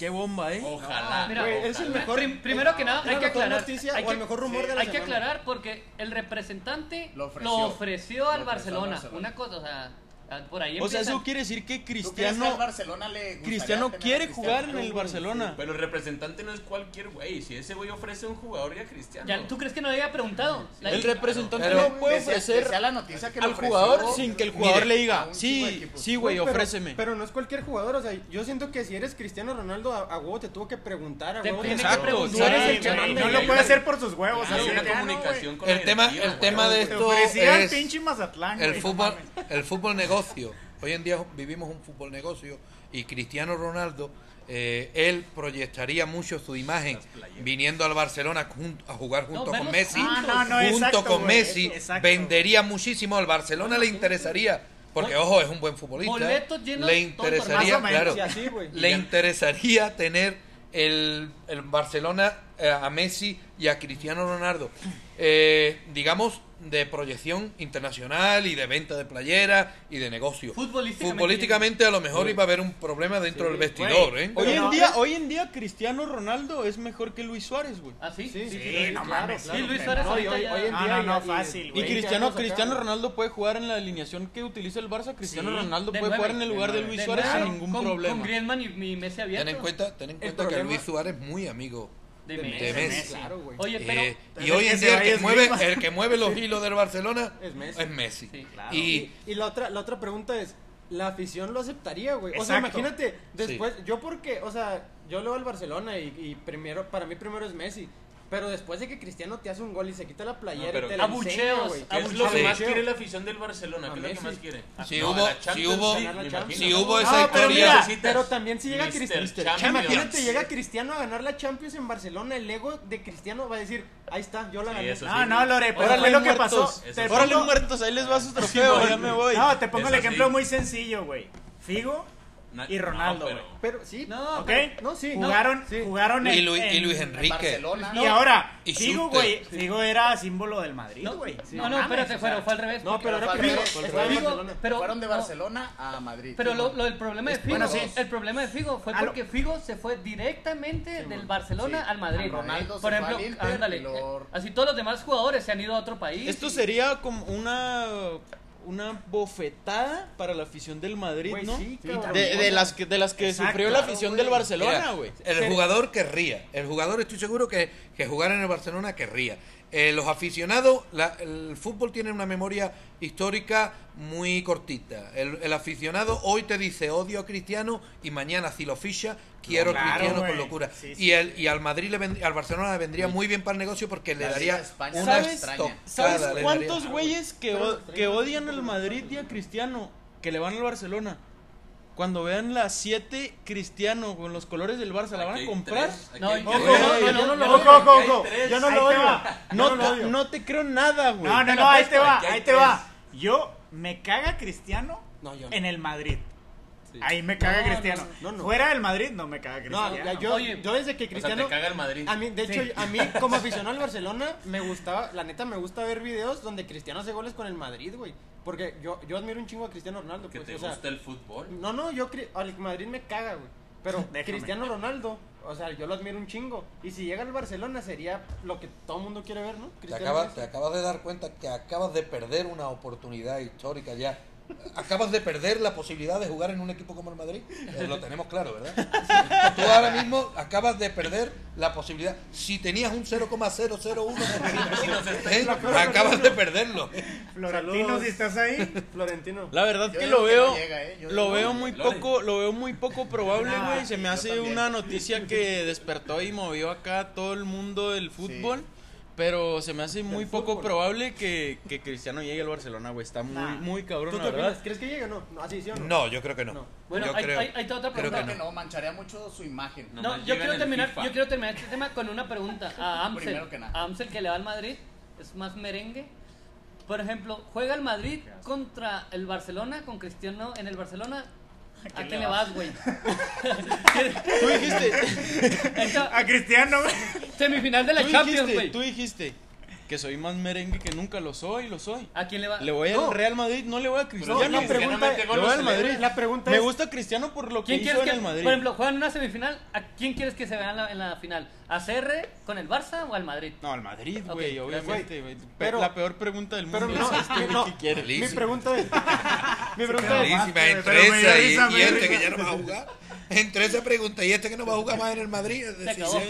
Speaker 1: Qué bomba, eh.
Speaker 8: Oh,
Speaker 7: Ojalá.
Speaker 3: Mira,
Speaker 6: Güey, es el
Speaker 7: ojalá.
Speaker 6: mejor.
Speaker 3: Prim- primero que nada,
Speaker 6: es la
Speaker 3: hay que
Speaker 6: mejor
Speaker 3: aclarar.
Speaker 6: noticia
Speaker 3: hay
Speaker 6: o
Speaker 3: que,
Speaker 6: el mejor rumor de la
Speaker 3: hay que
Speaker 6: semana.
Speaker 3: aclarar porque el representante
Speaker 8: Lo
Speaker 3: lo
Speaker 8: ofreció.
Speaker 3: ofreció, al
Speaker 8: Lo ofreció al
Speaker 3: Barcelona.
Speaker 8: Barcelona.
Speaker 3: Una cosa, o sea, a- por ahí
Speaker 1: O sea,
Speaker 3: empiezan.
Speaker 1: eso quiere decir que
Speaker 8: ¿Tú crees que
Speaker 1: Cristiano,
Speaker 8: al Barcelona le gustaría
Speaker 1: Cristiano
Speaker 8: tener a
Speaker 1: quiere
Speaker 8: Cristiano?
Speaker 1: jugar en el Barcelona.
Speaker 7: Pero el representante no es cualquier güey. Si ese güey ofrece un jugador ya cristiano.
Speaker 3: Ya, ¿Tú crees que no le había preguntado? La-
Speaker 1: El representante
Speaker 5: Pero-
Speaker 1: no
Speaker 8: Que
Speaker 1: puede
Speaker 8: sea- que
Speaker 1: ofrecer
Speaker 8: sea la noticia que lo
Speaker 1: al
Speaker 8: ofreció
Speaker 1: jugador sin que el jugador
Speaker 5: Mire,
Speaker 1: le
Speaker 8: a
Speaker 1: diga,
Speaker 8: un chico de
Speaker 1: sí,
Speaker 8: equipos".
Speaker 1: sí, güey,
Speaker 6: pero-
Speaker 1: ofréceme.
Speaker 6: Pero no es cualquier jugador, o sea, yo siento que si eres Cristiano Ronaldo, a, a huevo te tuvo que preguntar, a
Speaker 3: Te
Speaker 6: huevo
Speaker 3: tiene
Speaker 6: te-
Speaker 3: que
Speaker 1: Exacto,
Speaker 3: preguntar.
Speaker 1: tú eres
Speaker 2: Sí,
Speaker 1: el que
Speaker 2: güey,
Speaker 1: manda
Speaker 2: no
Speaker 1: y
Speaker 2: lo
Speaker 1: ahí
Speaker 2: puede
Speaker 1: la-
Speaker 2: hacer por sus huevos.
Speaker 7: Hay
Speaker 2: así
Speaker 7: una
Speaker 2: de que, ah, no,
Speaker 7: comunicación con la
Speaker 5: el tema,
Speaker 7: directiva,
Speaker 5: el
Speaker 7: güey.
Speaker 5: tema de
Speaker 2: güey. Te
Speaker 5: esto
Speaker 2: ofrecía el
Speaker 5: es-
Speaker 2: pinche Mazatlán,
Speaker 5: El
Speaker 2: güey, no
Speaker 5: fútbol,
Speaker 2: mames.
Speaker 5: el fútbol negocio. Hoy en día vivimos un fútbol negocio y Cristiano Ronaldo, eh, él proyectaría mucho su imagen viniendo al Barcelona jun- a jugar junto con
Speaker 3: verlos
Speaker 5: Messi.
Speaker 3: juntos.
Speaker 2: Ah, no, no,
Speaker 5: junto
Speaker 2: exacto,
Speaker 5: con
Speaker 2: güey,
Speaker 5: Messi,
Speaker 2: exacto.
Speaker 5: vendería muchísimo. Al Barcelona le interesaría, porque ojo, es un buen futbolista. ¿eh?
Speaker 3: Boletos llenos todo
Speaker 5: Le
Speaker 3: el torneo.
Speaker 2: Más
Speaker 5: interesaría,
Speaker 2: o menos,
Speaker 5: claro.
Speaker 6: Sí, así, güey.
Speaker 5: Le interesaría tener el, el Barcelona eh, a Messi y a Cristiano Ronaldo, eh, digamos, de proyección internacional y de venta de playera y de negocio.
Speaker 3: Futbolísticamente.
Speaker 5: Futbolísticamente a lo mejor iba a haber un problema dentro del vestidor, ¿eh?
Speaker 1: Hoy en
Speaker 6: no,
Speaker 1: día,
Speaker 6: es-
Speaker 1: hoy en día Cristiano Ronaldo es mejor que Luis Suárez, güey.
Speaker 3: ¿Ah, sí?
Speaker 6: Sí, sí,
Speaker 2: Sí,
Speaker 6: sí,
Speaker 2: no
Speaker 6: claro,
Speaker 2: mames,
Speaker 6: claro.
Speaker 3: sí, Luis Suárez
Speaker 6: No, y
Speaker 3: ahorita
Speaker 6: hoy,
Speaker 3: ya-
Speaker 6: hoy en
Speaker 2: Ah,
Speaker 6: día
Speaker 2: no, no,
Speaker 6: ya-
Speaker 2: fácil,
Speaker 1: Y
Speaker 2: güey.
Speaker 6: veinte
Speaker 1: Cristiano,
Speaker 6: años acá,
Speaker 1: Cristiano
Speaker 6: güey.
Speaker 1: Ronaldo puede jugar en la alineación que utiliza el Barça. Cristiano
Speaker 3: Sí,
Speaker 1: Ronaldo
Speaker 3: de
Speaker 1: puede
Speaker 3: nueve,
Speaker 1: jugar en el lugar de
Speaker 6: nueve.
Speaker 1: Luis
Speaker 3: De
Speaker 1: Suárez
Speaker 3: nueve,
Speaker 1: sin ningún
Speaker 3: con-
Speaker 1: problema.
Speaker 3: Con Griezmann y, y Messi abierto.
Speaker 5: Ten en cuenta, ten en cuenta que
Speaker 6: problema-
Speaker 5: Luis Suárez es muy amigo
Speaker 3: De
Speaker 5: de
Speaker 3: Messi.
Speaker 5: Messi.
Speaker 6: Claro, güey.
Speaker 3: Oye,
Speaker 5: Eh,
Speaker 3: pero...
Speaker 5: y hoy en
Speaker 2: que se
Speaker 5: día el
Speaker 2: vaya
Speaker 5: que,
Speaker 2: es
Speaker 5: mueve,
Speaker 2: Griezmann.
Speaker 5: el que mueve los hilos del Barcelona
Speaker 6: Es Messi.
Speaker 3: Sí, claro.
Speaker 5: Y,
Speaker 6: Ah, Y, y la otra la otra pregunta es, ¿la afición lo aceptaría, güey? O sea,
Speaker 2: Exacto.
Speaker 6: imagínate, después, yo porque, o sea, yo le voy al Barcelona y, y primero, para mí primero es Messi. Pero después de que Cristiano te hace un gol y se quita la playera
Speaker 7: No, pero-
Speaker 6: y te la enseña,
Speaker 3: Abucheos,
Speaker 6: güey.
Speaker 7: ¿Qué es lo que
Speaker 6: Abucheo.
Speaker 7: más quiere la afición del Barcelona?
Speaker 6: A
Speaker 7: ¿Qué es lo que
Speaker 6: Messi.
Speaker 7: más quiere?
Speaker 5: Si
Speaker 7: No,
Speaker 5: Ah, hubo-
Speaker 7: la Champions,
Speaker 5: si hubo-
Speaker 7: ganar la
Speaker 6: si
Speaker 7: Champions.
Speaker 5: hubo esa
Speaker 6: No, pero
Speaker 5: historia-
Speaker 6: mira,
Speaker 7: Necesitas
Speaker 6: pero también si llega
Speaker 7: Mr.
Speaker 6: Cristiano,
Speaker 7: Champions.
Speaker 6: imagínate, llega Cristiano a ganar la Champions en Barcelona, el ego de Cristiano va a decir, ahí está, yo la
Speaker 7: Sí,
Speaker 6: gané.
Speaker 7: eso
Speaker 2: No, no, Lore, pero
Speaker 1: Órale,
Speaker 2: fue lo que
Speaker 1: muertos.
Speaker 2: pasó.
Speaker 7: Eso
Speaker 2: Te
Speaker 7: sí.
Speaker 1: Órale,
Speaker 2: pongo-
Speaker 1: muertos, ahí les va su trofeo, ya me voy.
Speaker 2: No, te pongo el
Speaker 7: Eso
Speaker 2: ejemplo
Speaker 7: sí.
Speaker 2: muy sencillo, güey. Figo
Speaker 7: Na-
Speaker 2: y Ronaldo,
Speaker 7: no,
Speaker 2: güey.
Speaker 7: pero-
Speaker 6: Pero sí,
Speaker 3: No,
Speaker 2: ¿Ok?
Speaker 3: pero-
Speaker 6: no, sí, no,
Speaker 2: Jugaron,
Speaker 6: sí.
Speaker 2: jugaron en,
Speaker 5: Y, Lu- y
Speaker 2: en-
Speaker 5: Luis
Speaker 8: En
Speaker 5: Enrique.
Speaker 8: Barcelona.
Speaker 2: Y ahora,
Speaker 5: Y
Speaker 2: Figo,
Speaker 5: Schuster.
Speaker 2: güey. Figo era símbolo del Madrid,
Speaker 3: No,
Speaker 2: güey.
Speaker 3: no, no, espérate, fue, fue al revés.
Speaker 6: No,
Speaker 3: porque-
Speaker 6: pero
Speaker 8: Pero
Speaker 6: era
Speaker 8: fue al
Speaker 6: Figo.
Speaker 8: revés,
Speaker 6: Estaba en
Speaker 3: Figo,
Speaker 6: Barcelona.
Speaker 3: pero-
Speaker 8: Fueron de
Speaker 3: no.
Speaker 8: Barcelona a Madrid.
Speaker 3: Pero lo, lo del problema de Figo,
Speaker 2: Bueno, sí.
Speaker 3: el problema de Figo fue
Speaker 2: A lo-
Speaker 3: porque Figo se fue directamente del Barcelona
Speaker 8: Sí.
Speaker 3: al Madrid.
Speaker 8: Ronaldo se
Speaker 3: Por
Speaker 8: fue
Speaker 3: ejemplo,
Speaker 8: al Inter
Speaker 3: ándale,
Speaker 8: y luego-
Speaker 3: eh, así todos los demás jugadores se han ido a otro país.
Speaker 1: Esto
Speaker 3: y-
Speaker 1: sería como una una bofetada para la afición del Madrid,
Speaker 6: Güey,
Speaker 1: ¿no?
Speaker 6: sí,
Speaker 2: Sí,
Speaker 6: cabrón.
Speaker 1: De, de las que de las que
Speaker 2: Exacto.
Speaker 1: sufrió la afición del Barcelona,
Speaker 5: Mira,
Speaker 1: güey.
Speaker 5: El jugador querría. El jugador, estoy seguro que, que jugar en el Barcelona querría. Eh, los aficionados, la- el fútbol tiene una memoria histórica muy cortita. El, el aficionado hoy te dice odio a Cristiano y mañana si lo ficha quiero a
Speaker 2: claro,
Speaker 5: Cristiano
Speaker 2: güey.
Speaker 5: con locura.
Speaker 2: Sí,
Speaker 5: y
Speaker 2: sí.
Speaker 5: el y al Madrid le vend- al Barcelona le vendría muy bien para el negocio porque le
Speaker 8: La
Speaker 5: daría
Speaker 8: Liga España
Speaker 5: una
Speaker 1: ¿Sabes?
Speaker 5: estocada,
Speaker 1: ¿Sabes
Speaker 5: le daría-
Speaker 1: cuántos güeyes que,
Speaker 6: Pero
Speaker 1: o-
Speaker 6: los treinta
Speaker 1: que
Speaker 6: son
Speaker 1: odian
Speaker 6: como
Speaker 1: al
Speaker 6: los
Speaker 1: Madrid
Speaker 6: otros,
Speaker 1: y a
Speaker 6: ¿no?
Speaker 1: Cristiano que le van al Barcelona? Cuando vean la 7 Cristiano con los colores del Barça, ¿la van
Speaker 7: Aquí
Speaker 1: a
Speaker 7: hay
Speaker 1: comprar?
Speaker 7: tres, aquí
Speaker 3: No,
Speaker 7: hay
Speaker 3: yo-
Speaker 7: tres.
Speaker 2: Ojo,
Speaker 7: Aquí hay
Speaker 3: yo no lo
Speaker 7: tres,
Speaker 2: ojo,
Speaker 7: aquí
Speaker 2: ojo,
Speaker 7: hay
Speaker 2: ojo.
Speaker 7: tres.
Speaker 2: Yo no Ahí
Speaker 1: lo
Speaker 2: te
Speaker 1: odio.
Speaker 2: va.
Speaker 1: No,
Speaker 2: Yo lo
Speaker 1: te-
Speaker 2: odio.
Speaker 1: no te creo nada, güey.
Speaker 2: No, no, no, ahí te va,
Speaker 7: Aquí hay
Speaker 2: ahí te
Speaker 7: tres.
Speaker 2: va. Yo me caga Cristiano
Speaker 6: No, yo no.
Speaker 2: en el Madrid.
Speaker 6: Sí.
Speaker 2: Ahí me caga
Speaker 3: No,
Speaker 2: Cristiano.
Speaker 6: no, no, no.
Speaker 2: Fuera del Madrid no me caga
Speaker 6: No,
Speaker 2: Cristiano.
Speaker 6: ya, yo,
Speaker 3: Oye.
Speaker 6: yo desde que
Speaker 7: O sea,
Speaker 6: Cristiano.
Speaker 7: te caga el Madrid.
Speaker 6: a mí, de hecho,
Speaker 2: Sí.
Speaker 6: a mí como aficionado al Barcelona, me gustaba, la neta me gusta ver videos donde Cristiano hace goles con el Madrid, güey. Porque yo, yo admiro un chingo a Cristiano Ronaldo,
Speaker 7: Que
Speaker 6: pues,
Speaker 7: te
Speaker 6: o sea,
Speaker 7: gusta el fútbol.
Speaker 6: No, no, yo cri- al Madrid me caga, güey. Pero
Speaker 2: Déjame.
Speaker 6: Cristiano Ronaldo, o sea, yo lo admiro un chingo. Y si llega al Barcelona sería lo que todo el mundo quiere ver, ¿no?
Speaker 5: Te
Speaker 6: Cristiano
Speaker 5: acabas,
Speaker 6: Messi.
Speaker 5: te acabas de dar cuenta que acabas de perder una oportunidad histórica ya. Acabas de perder la posibilidad de jugar en un equipo como el Madrid. Eh, lo tenemos claro, ¿verdad? Tú ahora mismo acabas de perder la posibilidad. Si tenías un 0,001, ¿eh? acabas de perderlo.
Speaker 2: Florentino,
Speaker 6: Saludos.
Speaker 2: si estás ahí.
Speaker 6: Florentino.
Speaker 1: La verdad
Speaker 8: Yo
Speaker 1: que
Speaker 8: digo
Speaker 1: lo
Speaker 8: que
Speaker 1: veo,
Speaker 8: no llega, ¿eh? Yo
Speaker 1: lo
Speaker 8: digo- Ah,
Speaker 1: veo muy
Speaker 7: Lore.
Speaker 1: poco, lo veo muy poco probable,
Speaker 2: Nah,
Speaker 1: güey. Se me
Speaker 8: yo
Speaker 1: hace
Speaker 8: también.
Speaker 1: una noticia que despertó y movió acá todo el mundo del fútbol. Pero se me hace muy poco
Speaker 6: fútbol.
Speaker 1: probable que, que Cristiano llegue al Barcelona, güey. Está muy,
Speaker 2: Nah.
Speaker 1: muy
Speaker 6: ¿Tú
Speaker 1: cabrón,
Speaker 6: qué
Speaker 1: la
Speaker 6: opinas?
Speaker 1: verdad.
Speaker 6: ¿Crees que llegue o no? no? Así sí o no.
Speaker 5: No, yo creo que no.
Speaker 6: No.
Speaker 3: Bueno,
Speaker 5: Yo
Speaker 3: hay,
Speaker 5: creo-
Speaker 3: hay, hay otra
Speaker 5: creo
Speaker 3: pregunta.
Speaker 8: Creo
Speaker 5: que
Speaker 8: que no, mancharía mucho su imagen.
Speaker 3: No,
Speaker 7: Nomás
Speaker 3: yo
Speaker 7: llegan
Speaker 3: quiero
Speaker 7: el
Speaker 3: terminar,
Speaker 7: FIFA.
Speaker 3: yo quiero terminar este tema con una pregunta a Amsel.
Speaker 8: Primero que nada.
Speaker 3: A Amsel que le va al Madrid, es más merengue. Por ejemplo, juega el Madrid contra el Barcelona con Cristiano en el Barcelona. ¿A quién,
Speaker 2: le
Speaker 3: le vas, güey?
Speaker 1: Tú dijiste,
Speaker 3: Esta
Speaker 2: A Cristiano, güey.
Speaker 3: semifinal de la
Speaker 1: tú
Speaker 3: Champions,
Speaker 1: dijiste, tú
Speaker 3: güey.
Speaker 1: dijiste que soy más merengue que nunca lo soy, lo soy.
Speaker 3: ¿A quién le vas?
Speaker 1: Le voy
Speaker 6: No.
Speaker 1: al Real Madrid, no le voy a Cristiano.
Speaker 6: Pues la
Speaker 1: güey.
Speaker 6: pregunta-
Speaker 7: Cristiano mete gol,
Speaker 1: le voy
Speaker 7: lo
Speaker 1: al
Speaker 7: celebra.
Speaker 1: Madrid.
Speaker 6: La pregunta
Speaker 1: Me
Speaker 6: es-
Speaker 1: gusta Cristiano por lo que
Speaker 3: ¿Quién
Speaker 1: hizo
Speaker 3: quieres
Speaker 1: en
Speaker 3: que,
Speaker 1: el Madrid.
Speaker 3: por ejemplo, juegan una semifinal? ¿A quién quieres que se vea en la, en la final? ¿A CR con el Barça o al Madrid?
Speaker 1: No, al Madrid,
Speaker 3: Ok,
Speaker 1: güey,
Speaker 3: gracias.
Speaker 1: obviamente, güey. Pe-
Speaker 6: Pero-
Speaker 1: la peor pregunta del mundo
Speaker 6: Pero no,
Speaker 1: es este, güey,
Speaker 6: no.
Speaker 1: ¿qué quiere?
Speaker 6: Mi
Speaker 5: Listo.
Speaker 6: pregunta es. mi pregunta es.
Speaker 5: Clarísima, entre
Speaker 2: Pero me dio
Speaker 5: esa
Speaker 2: risa, me
Speaker 5: y, y
Speaker 2: dio
Speaker 5: este que
Speaker 2: risa.
Speaker 5: ya no va a jugar. Entre esa pregunta y este que no va a jugar más en el Madrid. es
Speaker 3: Se
Speaker 5: decir,
Speaker 3: acabó.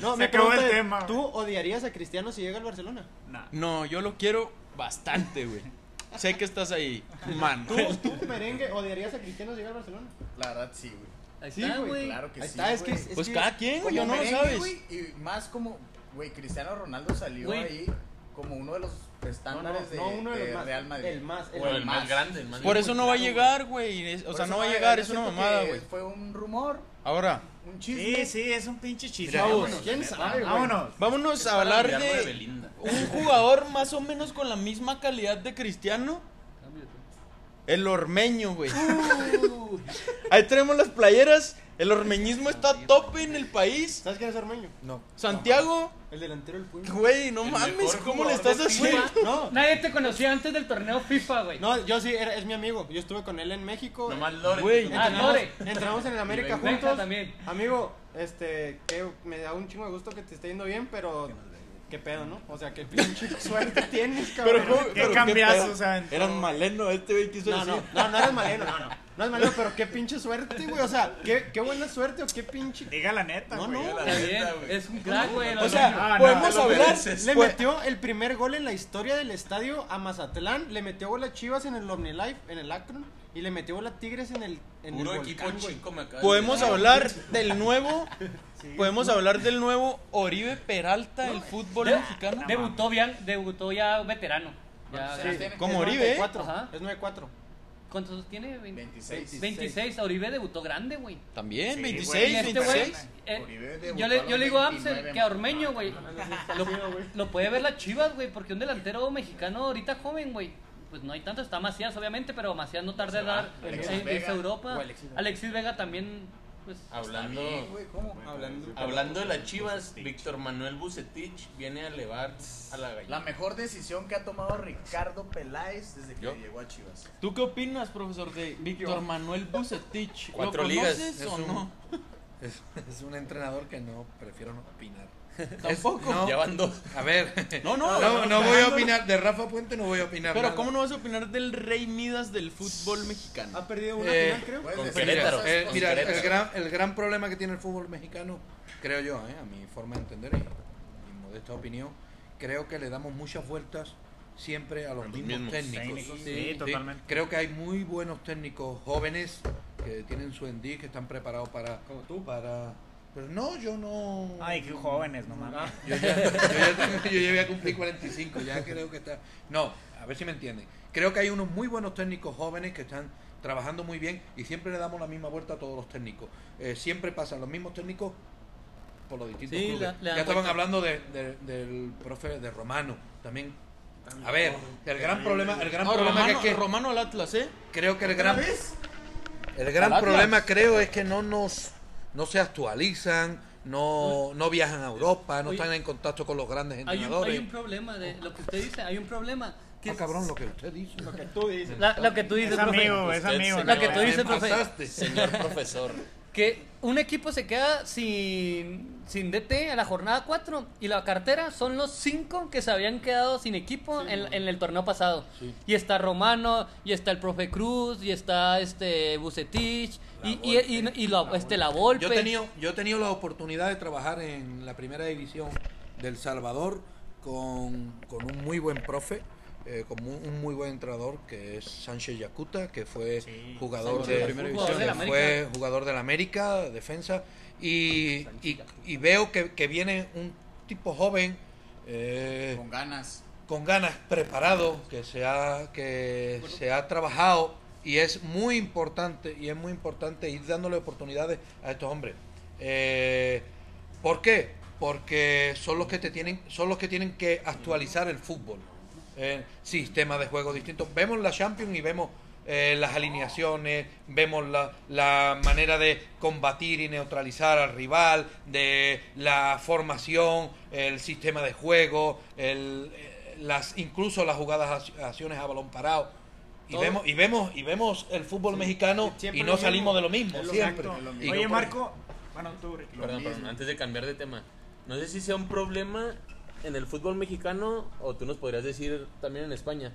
Speaker 6: No,
Speaker 2: Se acabó
Speaker 6: mi
Speaker 2: el
Speaker 6: pregunta es,
Speaker 2: tema.
Speaker 6: ¿Tú odiarías a Cristiano si llega al Barcelona?
Speaker 2: Nah.
Speaker 1: No, yo lo quiero bastante, güey. Sé que estás ahí, man.
Speaker 6: ¿Tú, tú merengue, odiarías a Cristiano si llega al Barcelona?
Speaker 8: La verdad, sí, güey.
Speaker 3: Ahí
Speaker 6: Sí,
Speaker 3: está,
Speaker 6: güey,
Speaker 3: güey.
Speaker 8: Claro que
Speaker 6: Ahí
Speaker 8: sí.
Speaker 6: está, es que.
Speaker 8: güey.
Speaker 6: es
Speaker 1: Pues
Speaker 6: que-
Speaker 1: cada quien, güey,
Speaker 8: Como
Speaker 1: yo no
Speaker 8: merengue,
Speaker 1: sabes.
Speaker 8: güey, y más como, güey, Cristiano Ronaldo salió
Speaker 3: Güey.
Speaker 8: ahí como uno de los estándares
Speaker 6: No, no, no, uno de
Speaker 8: de,
Speaker 6: los
Speaker 8: de
Speaker 6: más.
Speaker 8: Real Madrid.
Speaker 6: El más, el
Speaker 7: O el más grande, el más
Speaker 1: Por
Speaker 7: grande.
Speaker 1: eso no va a llegar, güey. es- O
Speaker 8: Por
Speaker 1: sea,
Speaker 8: eso,
Speaker 1: no va a
Speaker 8: ah,
Speaker 1: llegar,
Speaker 8: yo
Speaker 1: es una
Speaker 8: siento
Speaker 1: mamada,
Speaker 8: que
Speaker 1: güey.
Speaker 8: Fue un rumor,
Speaker 1: Ahora,
Speaker 8: un
Speaker 2: Sí,
Speaker 8: chisme.
Speaker 2: sí, es un pinche chiste.
Speaker 5: Mira,
Speaker 2: güey.
Speaker 6: vámonos. ¿Quién sabe, güey?
Speaker 2: Vámonos.
Speaker 1: vámonos
Speaker 7: Es
Speaker 1: a
Speaker 7: para
Speaker 1: hablar
Speaker 7: olvidarlo de
Speaker 1: de
Speaker 7: Belinda.
Speaker 1: un jugador más o menos con la misma calidad de Cristiano. El ormeño, güey. Ahí tenemos las playeras. El ormeñismo está a tope en el país.
Speaker 6: ¿Sabes quién es Armeño?
Speaker 5: No.
Speaker 1: Santiago,
Speaker 6: El delantero del Puebla.
Speaker 1: güey, no
Speaker 7: El
Speaker 1: mames,
Speaker 7: mejor
Speaker 1: ¿cómo le
Speaker 7: jugador
Speaker 1: estás
Speaker 7: del
Speaker 1: haciendo?
Speaker 6: No,
Speaker 3: Nadie te conocía antes del torneo FIFA, güey.
Speaker 6: no, yo sí, era- es mi amigo. Yo estuve con él en México.
Speaker 7: Nomás Lore.
Speaker 1: Güey.
Speaker 7: te-
Speaker 3: Ah, Lore.
Speaker 6: Entramos en el América
Speaker 3: Y Benja
Speaker 6: juntos.
Speaker 3: también.
Speaker 6: Amigo, este, que me da un chingo de gusto que te esté yendo bien, pero qué pedo, ¿no? O sea, qué pinche suerte tienes, cabrón.
Speaker 1: Pero, ¿cómo-
Speaker 2: Qué
Speaker 1: pero
Speaker 2: cambiazo,
Speaker 1: pedo?
Speaker 2: o sea,
Speaker 1: Eran maleno, este güey quiso
Speaker 6: No,
Speaker 1: decir.
Speaker 6: no, no, no eres maleno, no, no. No es maleno, pero qué pinche suerte, güey. O sea, qué, qué buena suerte o qué pinche.
Speaker 2: Diga la neta,
Speaker 6: No,
Speaker 2: güey.
Speaker 6: no.
Speaker 7: la
Speaker 3: Está
Speaker 7: neta,
Speaker 3: bien,
Speaker 7: güey.
Speaker 3: es un crack, güey. el
Speaker 1: O
Speaker 2: no,
Speaker 1: sea, ah,
Speaker 2: no,
Speaker 1: podemos
Speaker 2: no,
Speaker 1: hablar.
Speaker 6: Le
Speaker 1: pues,
Speaker 6: metió el primer gol en la historia del estadio a Mazatlán, le metió gol a Chivas en el OmniLife, en el Akron, y le metió gol a Tigres en el, en el
Speaker 7: Puro equipo
Speaker 6: Volcán, güey.
Speaker 7: chico me acaba de
Speaker 1: Podemos
Speaker 7: decir.
Speaker 1: hablar del nuevo. Podemos hablar del nuevo Oribe Peralta del fútbol
Speaker 3: De-
Speaker 1: mexicano.
Speaker 3: Debutó, bien, debutó ya veterano. Ya-
Speaker 8: ¿Cuántos años tiene?
Speaker 1: Como
Speaker 8: Es
Speaker 1: Oribe, ¿eh?
Speaker 6: 94,
Speaker 3: Ajá.
Speaker 6: Es 9-4.
Speaker 3: ¿Cuántos tiene? Vein-
Speaker 8: 26.
Speaker 3: 26. Oribe debutó grande, güey.
Speaker 1: También,
Speaker 2: Sí,
Speaker 1: 26,
Speaker 3: Y
Speaker 2: güey,
Speaker 3: este güey.
Speaker 1: 26.
Speaker 3: eh,
Speaker 8: Oribe debutó
Speaker 3: yo
Speaker 8: a
Speaker 3: le,
Speaker 8: los
Speaker 3: yo le digo a
Speaker 8: 29
Speaker 3: Amsel que a Ormeño, güey. Lo, lo puede ver la Chivas, güey, porque un delantero mexicano ahorita joven, güey. pues no hay tanto. Está Macías, obviamente, pero Macías no tarda en dar
Speaker 8: Alexis
Speaker 3: en
Speaker 8: Vega
Speaker 3: irse a Europa.
Speaker 8: o Alexis Vega. Ah,
Speaker 3: Alexis Vega también, pues.
Speaker 7: Hablando,
Speaker 8: Bien, güey, ¿cómo?
Speaker 4: Hablando.
Speaker 7: hablando de las chivas, Víctor Manuel Bucetich viene a elevar a la
Speaker 8: La
Speaker 7: gallina.
Speaker 8: mejor decisión que ha tomado Ricardo Peláez desde que
Speaker 7: ¿Yo?
Speaker 8: llegó a Chivas.
Speaker 1: ¿Tú qué opinas, profesor, de Víctor Manuel Bucetich? ¿Lo
Speaker 7: Cuatro ligas,
Speaker 1: conoces
Speaker 5: es
Speaker 1: o
Speaker 5: un-
Speaker 1: no?
Speaker 5: Es, es un entrenador que no, prefiero no opinar.
Speaker 1: Tampoco.
Speaker 5: no.
Speaker 7: Ya van dos.
Speaker 5: A ver,
Speaker 1: No, no,
Speaker 5: no, no, voy a opinar, de Rafa Puente no voy a opinar.
Speaker 1: Pero
Speaker 5: nada.
Speaker 1: ¿cómo no vas a opinar del rey Midas del fútbol mexicano?
Speaker 6: Ha perdido una
Speaker 5: Eh,
Speaker 6: final, creo.
Speaker 8: Puedes
Speaker 7: Con
Speaker 8: decir
Speaker 7: Querétaro,
Speaker 8: cosas,
Speaker 5: Eh,
Speaker 8: cosas-
Speaker 5: mira, el
Speaker 7: Querétaro.
Speaker 5: gran, el gran problema que tiene el fútbol mexicano, creo yo, eh, a mi forma de entender y mi modesta opinión, creo que le damos muchas vueltas siempre a los
Speaker 7: A los
Speaker 5: mismos,
Speaker 7: mismos
Speaker 5: técnicos.
Speaker 2: Técnicos,
Speaker 5: Sí,
Speaker 2: sí,
Speaker 5: sí.
Speaker 2: totalmente.
Speaker 5: Creo que hay muy buenos técnicos jóvenes que tienen su endí, que están preparados para...
Speaker 6: Como tú.
Speaker 5: para pero no, yo no...
Speaker 2: Ay, qué jóvenes, no
Speaker 6: Ah.
Speaker 2: mames.
Speaker 5: Yo ya, yo ya tengo- yo ya voy a cumplir 45, ya creo que está. No, a ver si me entienden. Creo que hay unos muy buenos técnicos jóvenes que están trabajando muy bien y siempre le damos la misma vuelta a todos los técnicos. Eh, siempre pasan los mismos técnicos por los distintos
Speaker 3: Sí,
Speaker 5: clubes.
Speaker 3: la- le
Speaker 5: ya
Speaker 3: dan
Speaker 5: estaban
Speaker 3: vuelta.
Speaker 5: hablando de- de- del profe de Romano también. A ver, el gran problema, el gran
Speaker 1: No,
Speaker 5: problema
Speaker 1: Romano,
Speaker 5: que es que
Speaker 1: Romano al Atlas, ¿eh?
Speaker 5: creo que el gran el
Speaker 1: Al
Speaker 5: gran
Speaker 1: Atlas.
Speaker 5: problema creo es que no nos no se actualizan, no, no viajan a Europa, no
Speaker 3: Oye.
Speaker 5: están en contacto con los grandes
Speaker 3: Hay un,
Speaker 5: entrenadores.
Speaker 8: eh.
Speaker 3: hay un problema de lo que usted dice, hay un problema. Que
Speaker 5: Ah, cabrón, lo que usted dice.
Speaker 6: Lo que tú dices.
Speaker 3: La- lo que tú dices,
Speaker 2: Es
Speaker 3: profe.
Speaker 2: amigo, es
Speaker 7: Usted
Speaker 2: amigo.
Speaker 7: se
Speaker 2: no,
Speaker 3: Lo que tú
Speaker 2: güey.
Speaker 3: dices, profe.
Speaker 5: pasaste.
Speaker 7: Señor profesor.
Speaker 3: Que un equipo se queda sin, sin DT a la jornada 4 y la cartera son los 5 que se habían quedado sin equipo en, en el torneo pasado. Y está Romano, y está el profe Cruz, y está este Bucetich, y, y, y, y la, este, la Volpe.
Speaker 5: Yo he, tenido, yo he tenido la oportunidad de trabajar en la primera división del Salvador con, con un muy buen profe, eh, con mu- un, muy buen entrenador que es Sánchez Yacuta, que fue jugador,
Speaker 3: Sánchez
Speaker 5: de,
Speaker 3: de primera Jugador división. de la
Speaker 5: que
Speaker 3: América.
Speaker 5: fue jugador de la América, defensa, y, y, y veo que, que viene un tipo joven. eh,
Speaker 8: Con ganas.
Speaker 5: con ganas, preparado, que se ha, que se ha trabajado y es muy importante, y es muy importante ir dándole oportunidades a estos hombres. Eh, ¿Por qué? Porque son los que te tienen, son los que tienen que actualizar el fútbol. Eh, sistema de juego distinto. Vemos la Champions y vemos eh, las alineaciones, vemos la, la manera de combatir y neutralizar al rival, de la formación, el sistema de juego, el, eh, las incluso las jugadas ac- acciones a balón parado. Y
Speaker 3: Todo.
Speaker 5: vemos, y vemos y vemos el fútbol mexicano
Speaker 6: siempre
Speaker 5: y
Speaker 6: lo
Speaker 5: no
Speaker 6: mismo.
Speaker 5: salimos de lo mismo
Speaker 2: Exacto.
Speaker 5: siempre. Y
Speaker 2: Oye,
Speaker 5: no-
Speaker 2: Marco. Bueno, tú, Ricky.
Speaker 7: Perdón, perdón, antes de cambiar de tema. No sé si sea un problema en el fútbol mexicano o tú nos podrías decir también en España.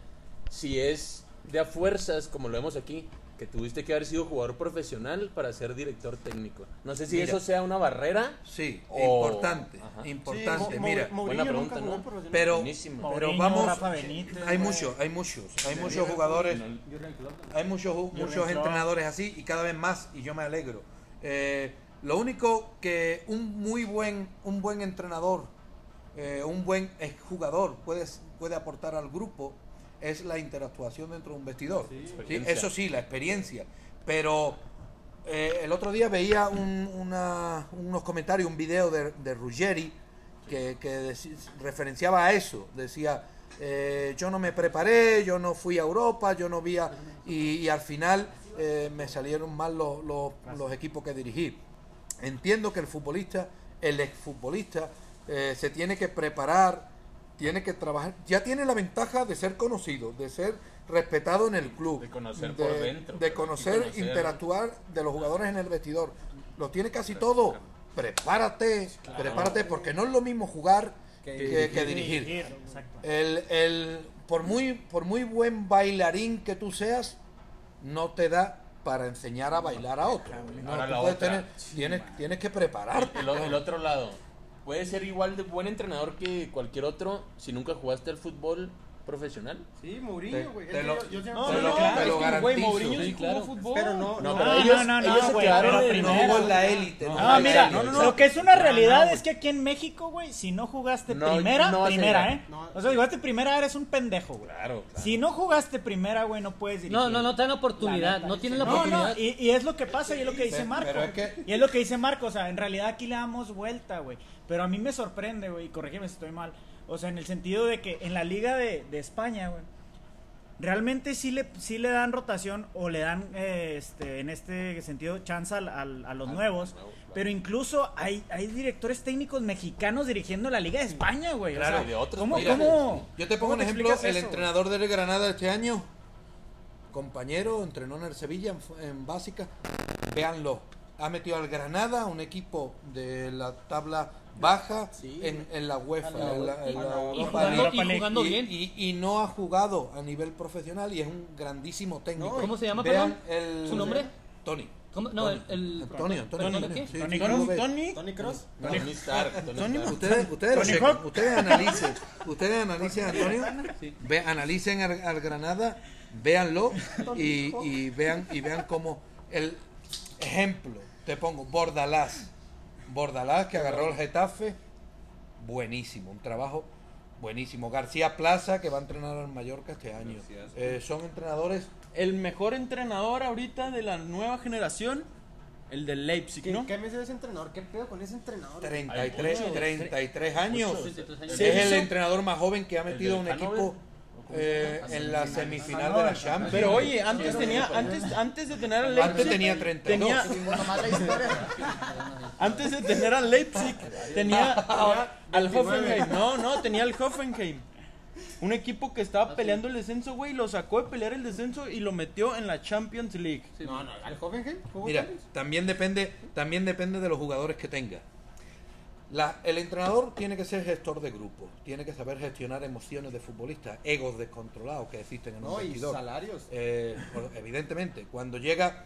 Speaker 7: Si es de a fuerzas, como lo vemos aquí, que tuviste que haber sido jugador profesional para ser director técnico. No sé si
Speaker 5: Mira.
Speaker 7: eso sea una barrera.
Speaker 5: Sí,
Speaker 7: O-
Speaker 5: importante,
Speaker 7: Ajá.
Speaker 5: importante. Eh, Mira,
Speaker 7: buena pregunta, ¿no?
Speaker 5: pero
Speaker 7: Buenísimo.
Speaker 5: pero
Speaker 2: Mourinho,
Speaker 5: vamos
Speaker 2: Rafa Benítez, eh,
Speaker 5: hay
Speaker 2: güey.
Speaker 5: muchos hay muchos hay muchos jugadores hay muchos ju-
Speaker 2: Jürgen
Speaker 5: muchos
Speaker 2: Klopp.
Speaker 5: entrenadores así y cada vez más y yo me alegro Eh, lo único que un muy buen un buen entrenador eh, un buen jugador puede puede aportar al grupo es la interactuación dentro de un vestidor Sí,
Speaker 7: Experiencia.
Speaker 5: eso sí la experiencia pero eh, el otro día veía un- una- unos comentarios, un video de, de Ruggeri que, que deci- referenciaba a eso. Decía, eh, yo no me preparé, yo no fui a Europa, yo no vi a... Y, y al final eh, me salieron mal los, los- los equipos que dirigí. Entiendo que el futbolista, el exfutbolista, eh, se tiene que preparar, tiene que trabajar. Ya tiene la ventaja de ser conocido, de ser respetado en el club.
Speaker 7: De conocer por dentro,
Speaker 5: De
Speaker 7: y
Speaker 5: conocer,
Speaker 7: conocer-
Speaker 5: interactuar de los jugadores en el vestidor. Lo tiene casi todo. Prepárate, prepárate, porque no es lo mismo jugar que, que dirigir.
Speaker 2: Exacto.
Speaker 5: El, el- por, muy, por muy buen bailarín que tú seas, no te da para enseñar a bailar a otro. No,
Speaker 7: Ahora
Speaker 5: tú
Speaker 7: la
Speaker 5: puedes
Speaker 7: otra.
Speaker 5: tener- tienes, tienes que prepararte.
Speaker 7: El, o- el otro lado. Puede ser igual de buen entrenador que cualquier otro si nunca jugaste al fútbol profesional.
Speaker 1: Ah,
Speaker 6: Sí,
Speaker 5: Te-
Speaker 6: Mourinho, güey.
Speaker 5: te
Speaker 6: Es que
Speaker 5: lo-
Speaker 6: yo- yo siempre-
Speaker 5: te lo- te lo garantizo.
Speaker 1: Mourinho sí jugó
Speaker 3: claro.
Speaker 1: fútbol.
Speaker 6: Pero no,
Speaker 7: No,
Speaker 6: no.
Speaker 7: pero
Speaker 2: no,
Speaker 7: ellos,
Speaker 2: no, no,
Speaker 7: ellos se
Speaker 2: güey,
Speaker 7: quedaron
Speaker 2: pero
Speaker 7: en
Speaker 5: No
Speaker 2: primero.
Speaker 5: hubo la élite. Ah,
Speaker 7: No,
Speaker 2: No,
Speaker 7: Ay,
Speaker 2: Ah, mira,
Speaker 7: ay, no, no,
Speaker 2: lo que es una
Speaker 7: No,
Speaker 2: realidad
Speaker 7: no,
Speaker 2: es que aquí en México, güey, si no jugaste
Speaker 7: No,
Speaker 2: primera,
Speaker 7: no vas a
Speaker 2: primera,
Speaker 7: llegar.
Speaker 2: ¿eh?
Speaker 6: No.
Speaker 2: o sea, si jugaste primera, eres un pendejo, güey.
Speaker 7: Claro, claro.
Speaker 2: Si no jugaste primera, güey, no puedes dirigir.
Speaker 3: No, no, no te dan
Speaker 2: La
Speaker 3: oportunidad,
Speaker 2: neta.
Speaker 3: no tienen la
Speaker 2: No,
Speaker 3: oportunidad.
Speaker 2: no, y, y es lo que pasa y es lo que dice
Speaker 5: Pero-
Speaker 2: Marco.
Speaker 5: pero es que-
Speaker 2: Y es lo que dice Marco, o sea, en realidad aquí le damos vuelta, güey. Pero a mí me sorprende, güey, y corrígeme si estoy mal. O sea, en el sentido de que en la liga de, de España, güey, realmente sí le, sí le dan rotación o le dan, eh, este, en este sentido, chance al- al- a los nuevos. Pero incluso hay, hay directores técnicos mexicanos dirigiendo la Liga de España, güey. o
Speaker 7: Claro,
Speaker 2: sea,
Speaker 7: y de otros
Speaker 2: ¿Cómo?
Speaker 7: países.
Speaker 2: cómo-
Speaker 5: Yo te pongo
Speaker 2: cómo
Speaker 5: un ejemplo,
Speaker 2: explicas
Speaker 5: el
Speaker 2: eso, güey?
Speaker 5: entrenador del Granada este año, compañero, entrenó en el Sevilla, en, fu- en básica, véanlo, ha metido al Granada, un equipo de la tabla baja,
Speaker 7: Sí.
Speaker 5: en, en la UEFA, en la, en la
Speaker 3: Ah, Y
Speaker 5: Europa
Speaker 3: jugando,
Speaker 5: League.
Speaker 3: y jugando
Speaker 5: Y-
Speaker 3: bien.
Speaker 5: y, y no ha jugado a nivel profesional y es un grandísimo técnico.
Speaker 4: No,
Speaker 3: ¿Cómo se llama,
Speaker 5: Vean
Speaker 3: perdón?
Speaker 5: el-
Speaker 3: ¿Su nombre?
Speaker 5: Tony.
Speaker 3: ¿Cómo? No,
Speaker 5: Tony.
Speaker 3: el-
Speaker 5: Antonio, Antonio,
Speaker 3: ¿Antonio
Speaker 5: Antonio,
Speaker 3: qué?
Speaker 5: sí,
Speaker 2: Tony
Speaker 5: sí,
Speaker 2: Cruz,
Speaker 5: sí.
Speaker 1: Tony,
Speaker 6: Tony Cross.
Speaker 7: Tony Stark. Tony
Speaker 1: Tony-
Speaker 7: Stark.
Speaker 5: Ustedes, ustedes, lo
Speaker 2: Tony
Speaker 5: checan,
Speaker 2: Hawk.
Speaker 5: ustedes analicen, ustedes analicen a Antonio, ve- analicen al, al Granada, véanlo y, y vean y vean como el ejemplo, te pongo, Bordalás, Bordalás que agarró el Getafe, buenísimo, un trabajo buenísimo. García Plaza que va a entrenar al Mallorca este año. Eh, son entrenadores
Speaker 1: el mejor entrenador ahorita de la nueva generación, el del Leipzig,
Speaker 6: ¿Qué,
Speaker 1: ¿no?
Speaker 6: ¿Qué me dice ese entrenador? ¿Qué pedo con ese entrenador?
Speaker 5: 33,
Speaker 7: Hay muchos.
Speaker 5: 33 años.
Speaker 7: Muchos.
Speaker 5: Es
Speaker 1: Sí,
Speaker 5: el
Speaker 1: sí.
Speaker 5: entrenador más joven que ha metido
Speaker 7: del
Speaker 5: un
Speaker 7: Hannover.
Speaker 5: equipo eh, en la semifinal de la Champions.
Speaker 1: Pero oye, antes tenía, antes, antes de tener al Leipzig,
Speaker 5: Antes tenía 32.
Speaker 1: tenía-
Speaker 8: Nomás la historia.
Speaker 1: antes de tener al Leipzig, tenía al Hoffenheim. No, no, tenía al Hoffenheim. Un equipo que
Speaker 8: Ah,
Speaker 1: estaba peleando el descenso, güey, lo sacó de pelear el descenso y lo metió en la Champions League.
Speaker 6: No, no, al Hoffenheim. ¿Jugó
Speaker 5: Mira,
Speaker 6: Hoffenheim?
Speaker 5: también depende, también depende de los jugadores que tenga. La- el entrenador tiene que ser gestor de grupo, tiene que saber gestionar emociones de futbolistas, egos descontrolados que existen en un
Speaker 6: No, y
Speaker 5: vestidor.
Speaker 6: salarios.
Speaker 5: Eh, por- evidentemente, cuando llega,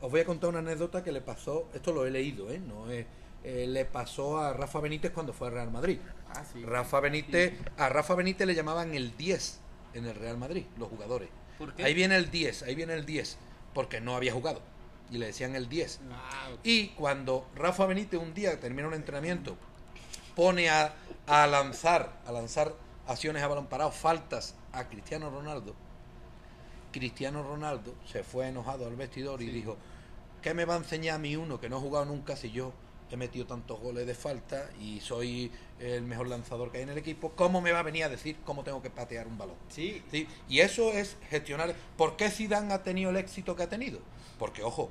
Speaker 5: os voy a contar una anécdota que le pasó, esto lo he leído, ¿eh? No es- eh, le pasó a Rafa Benítez cuando fue al Real Madrid.
Speaker 6: Ah, sí.
Speaker 5: Rafa Benítez, a Rafa Benítez le llamaban el 10 en el Real Madrid, los jugadores.
Speaker 3: ¿Por qué?
Speaker 5: Ahí viene el 10, ahí viene el 10, porque no había jugado. Y le decían el 10.
Speaker 3: Ah,
Speaker 5: Y cuando Rafa Benítez un día termina un entrenamiento, pone a, a lanzar, a lanzar acciones a balón parado, faltas a Cristiano Ronaldo. Cristiano Ronaldo se fue enojado al vestidor y dijo, ¿qué me va a enseñar a mí uno que no ha jugado nunca si yo he metido tantos goles de falta y soy el mejor lanzador que hay en el equipo? ¿Cómo me va a venir a decir cómo tengo que patear un balón?
Speaker 6: Sí,
Speaker 5: ¿sí? Y eso es gestionar. ¿Por qué Zidane ha tenido el éxito que ha tenido? Porque, ojo,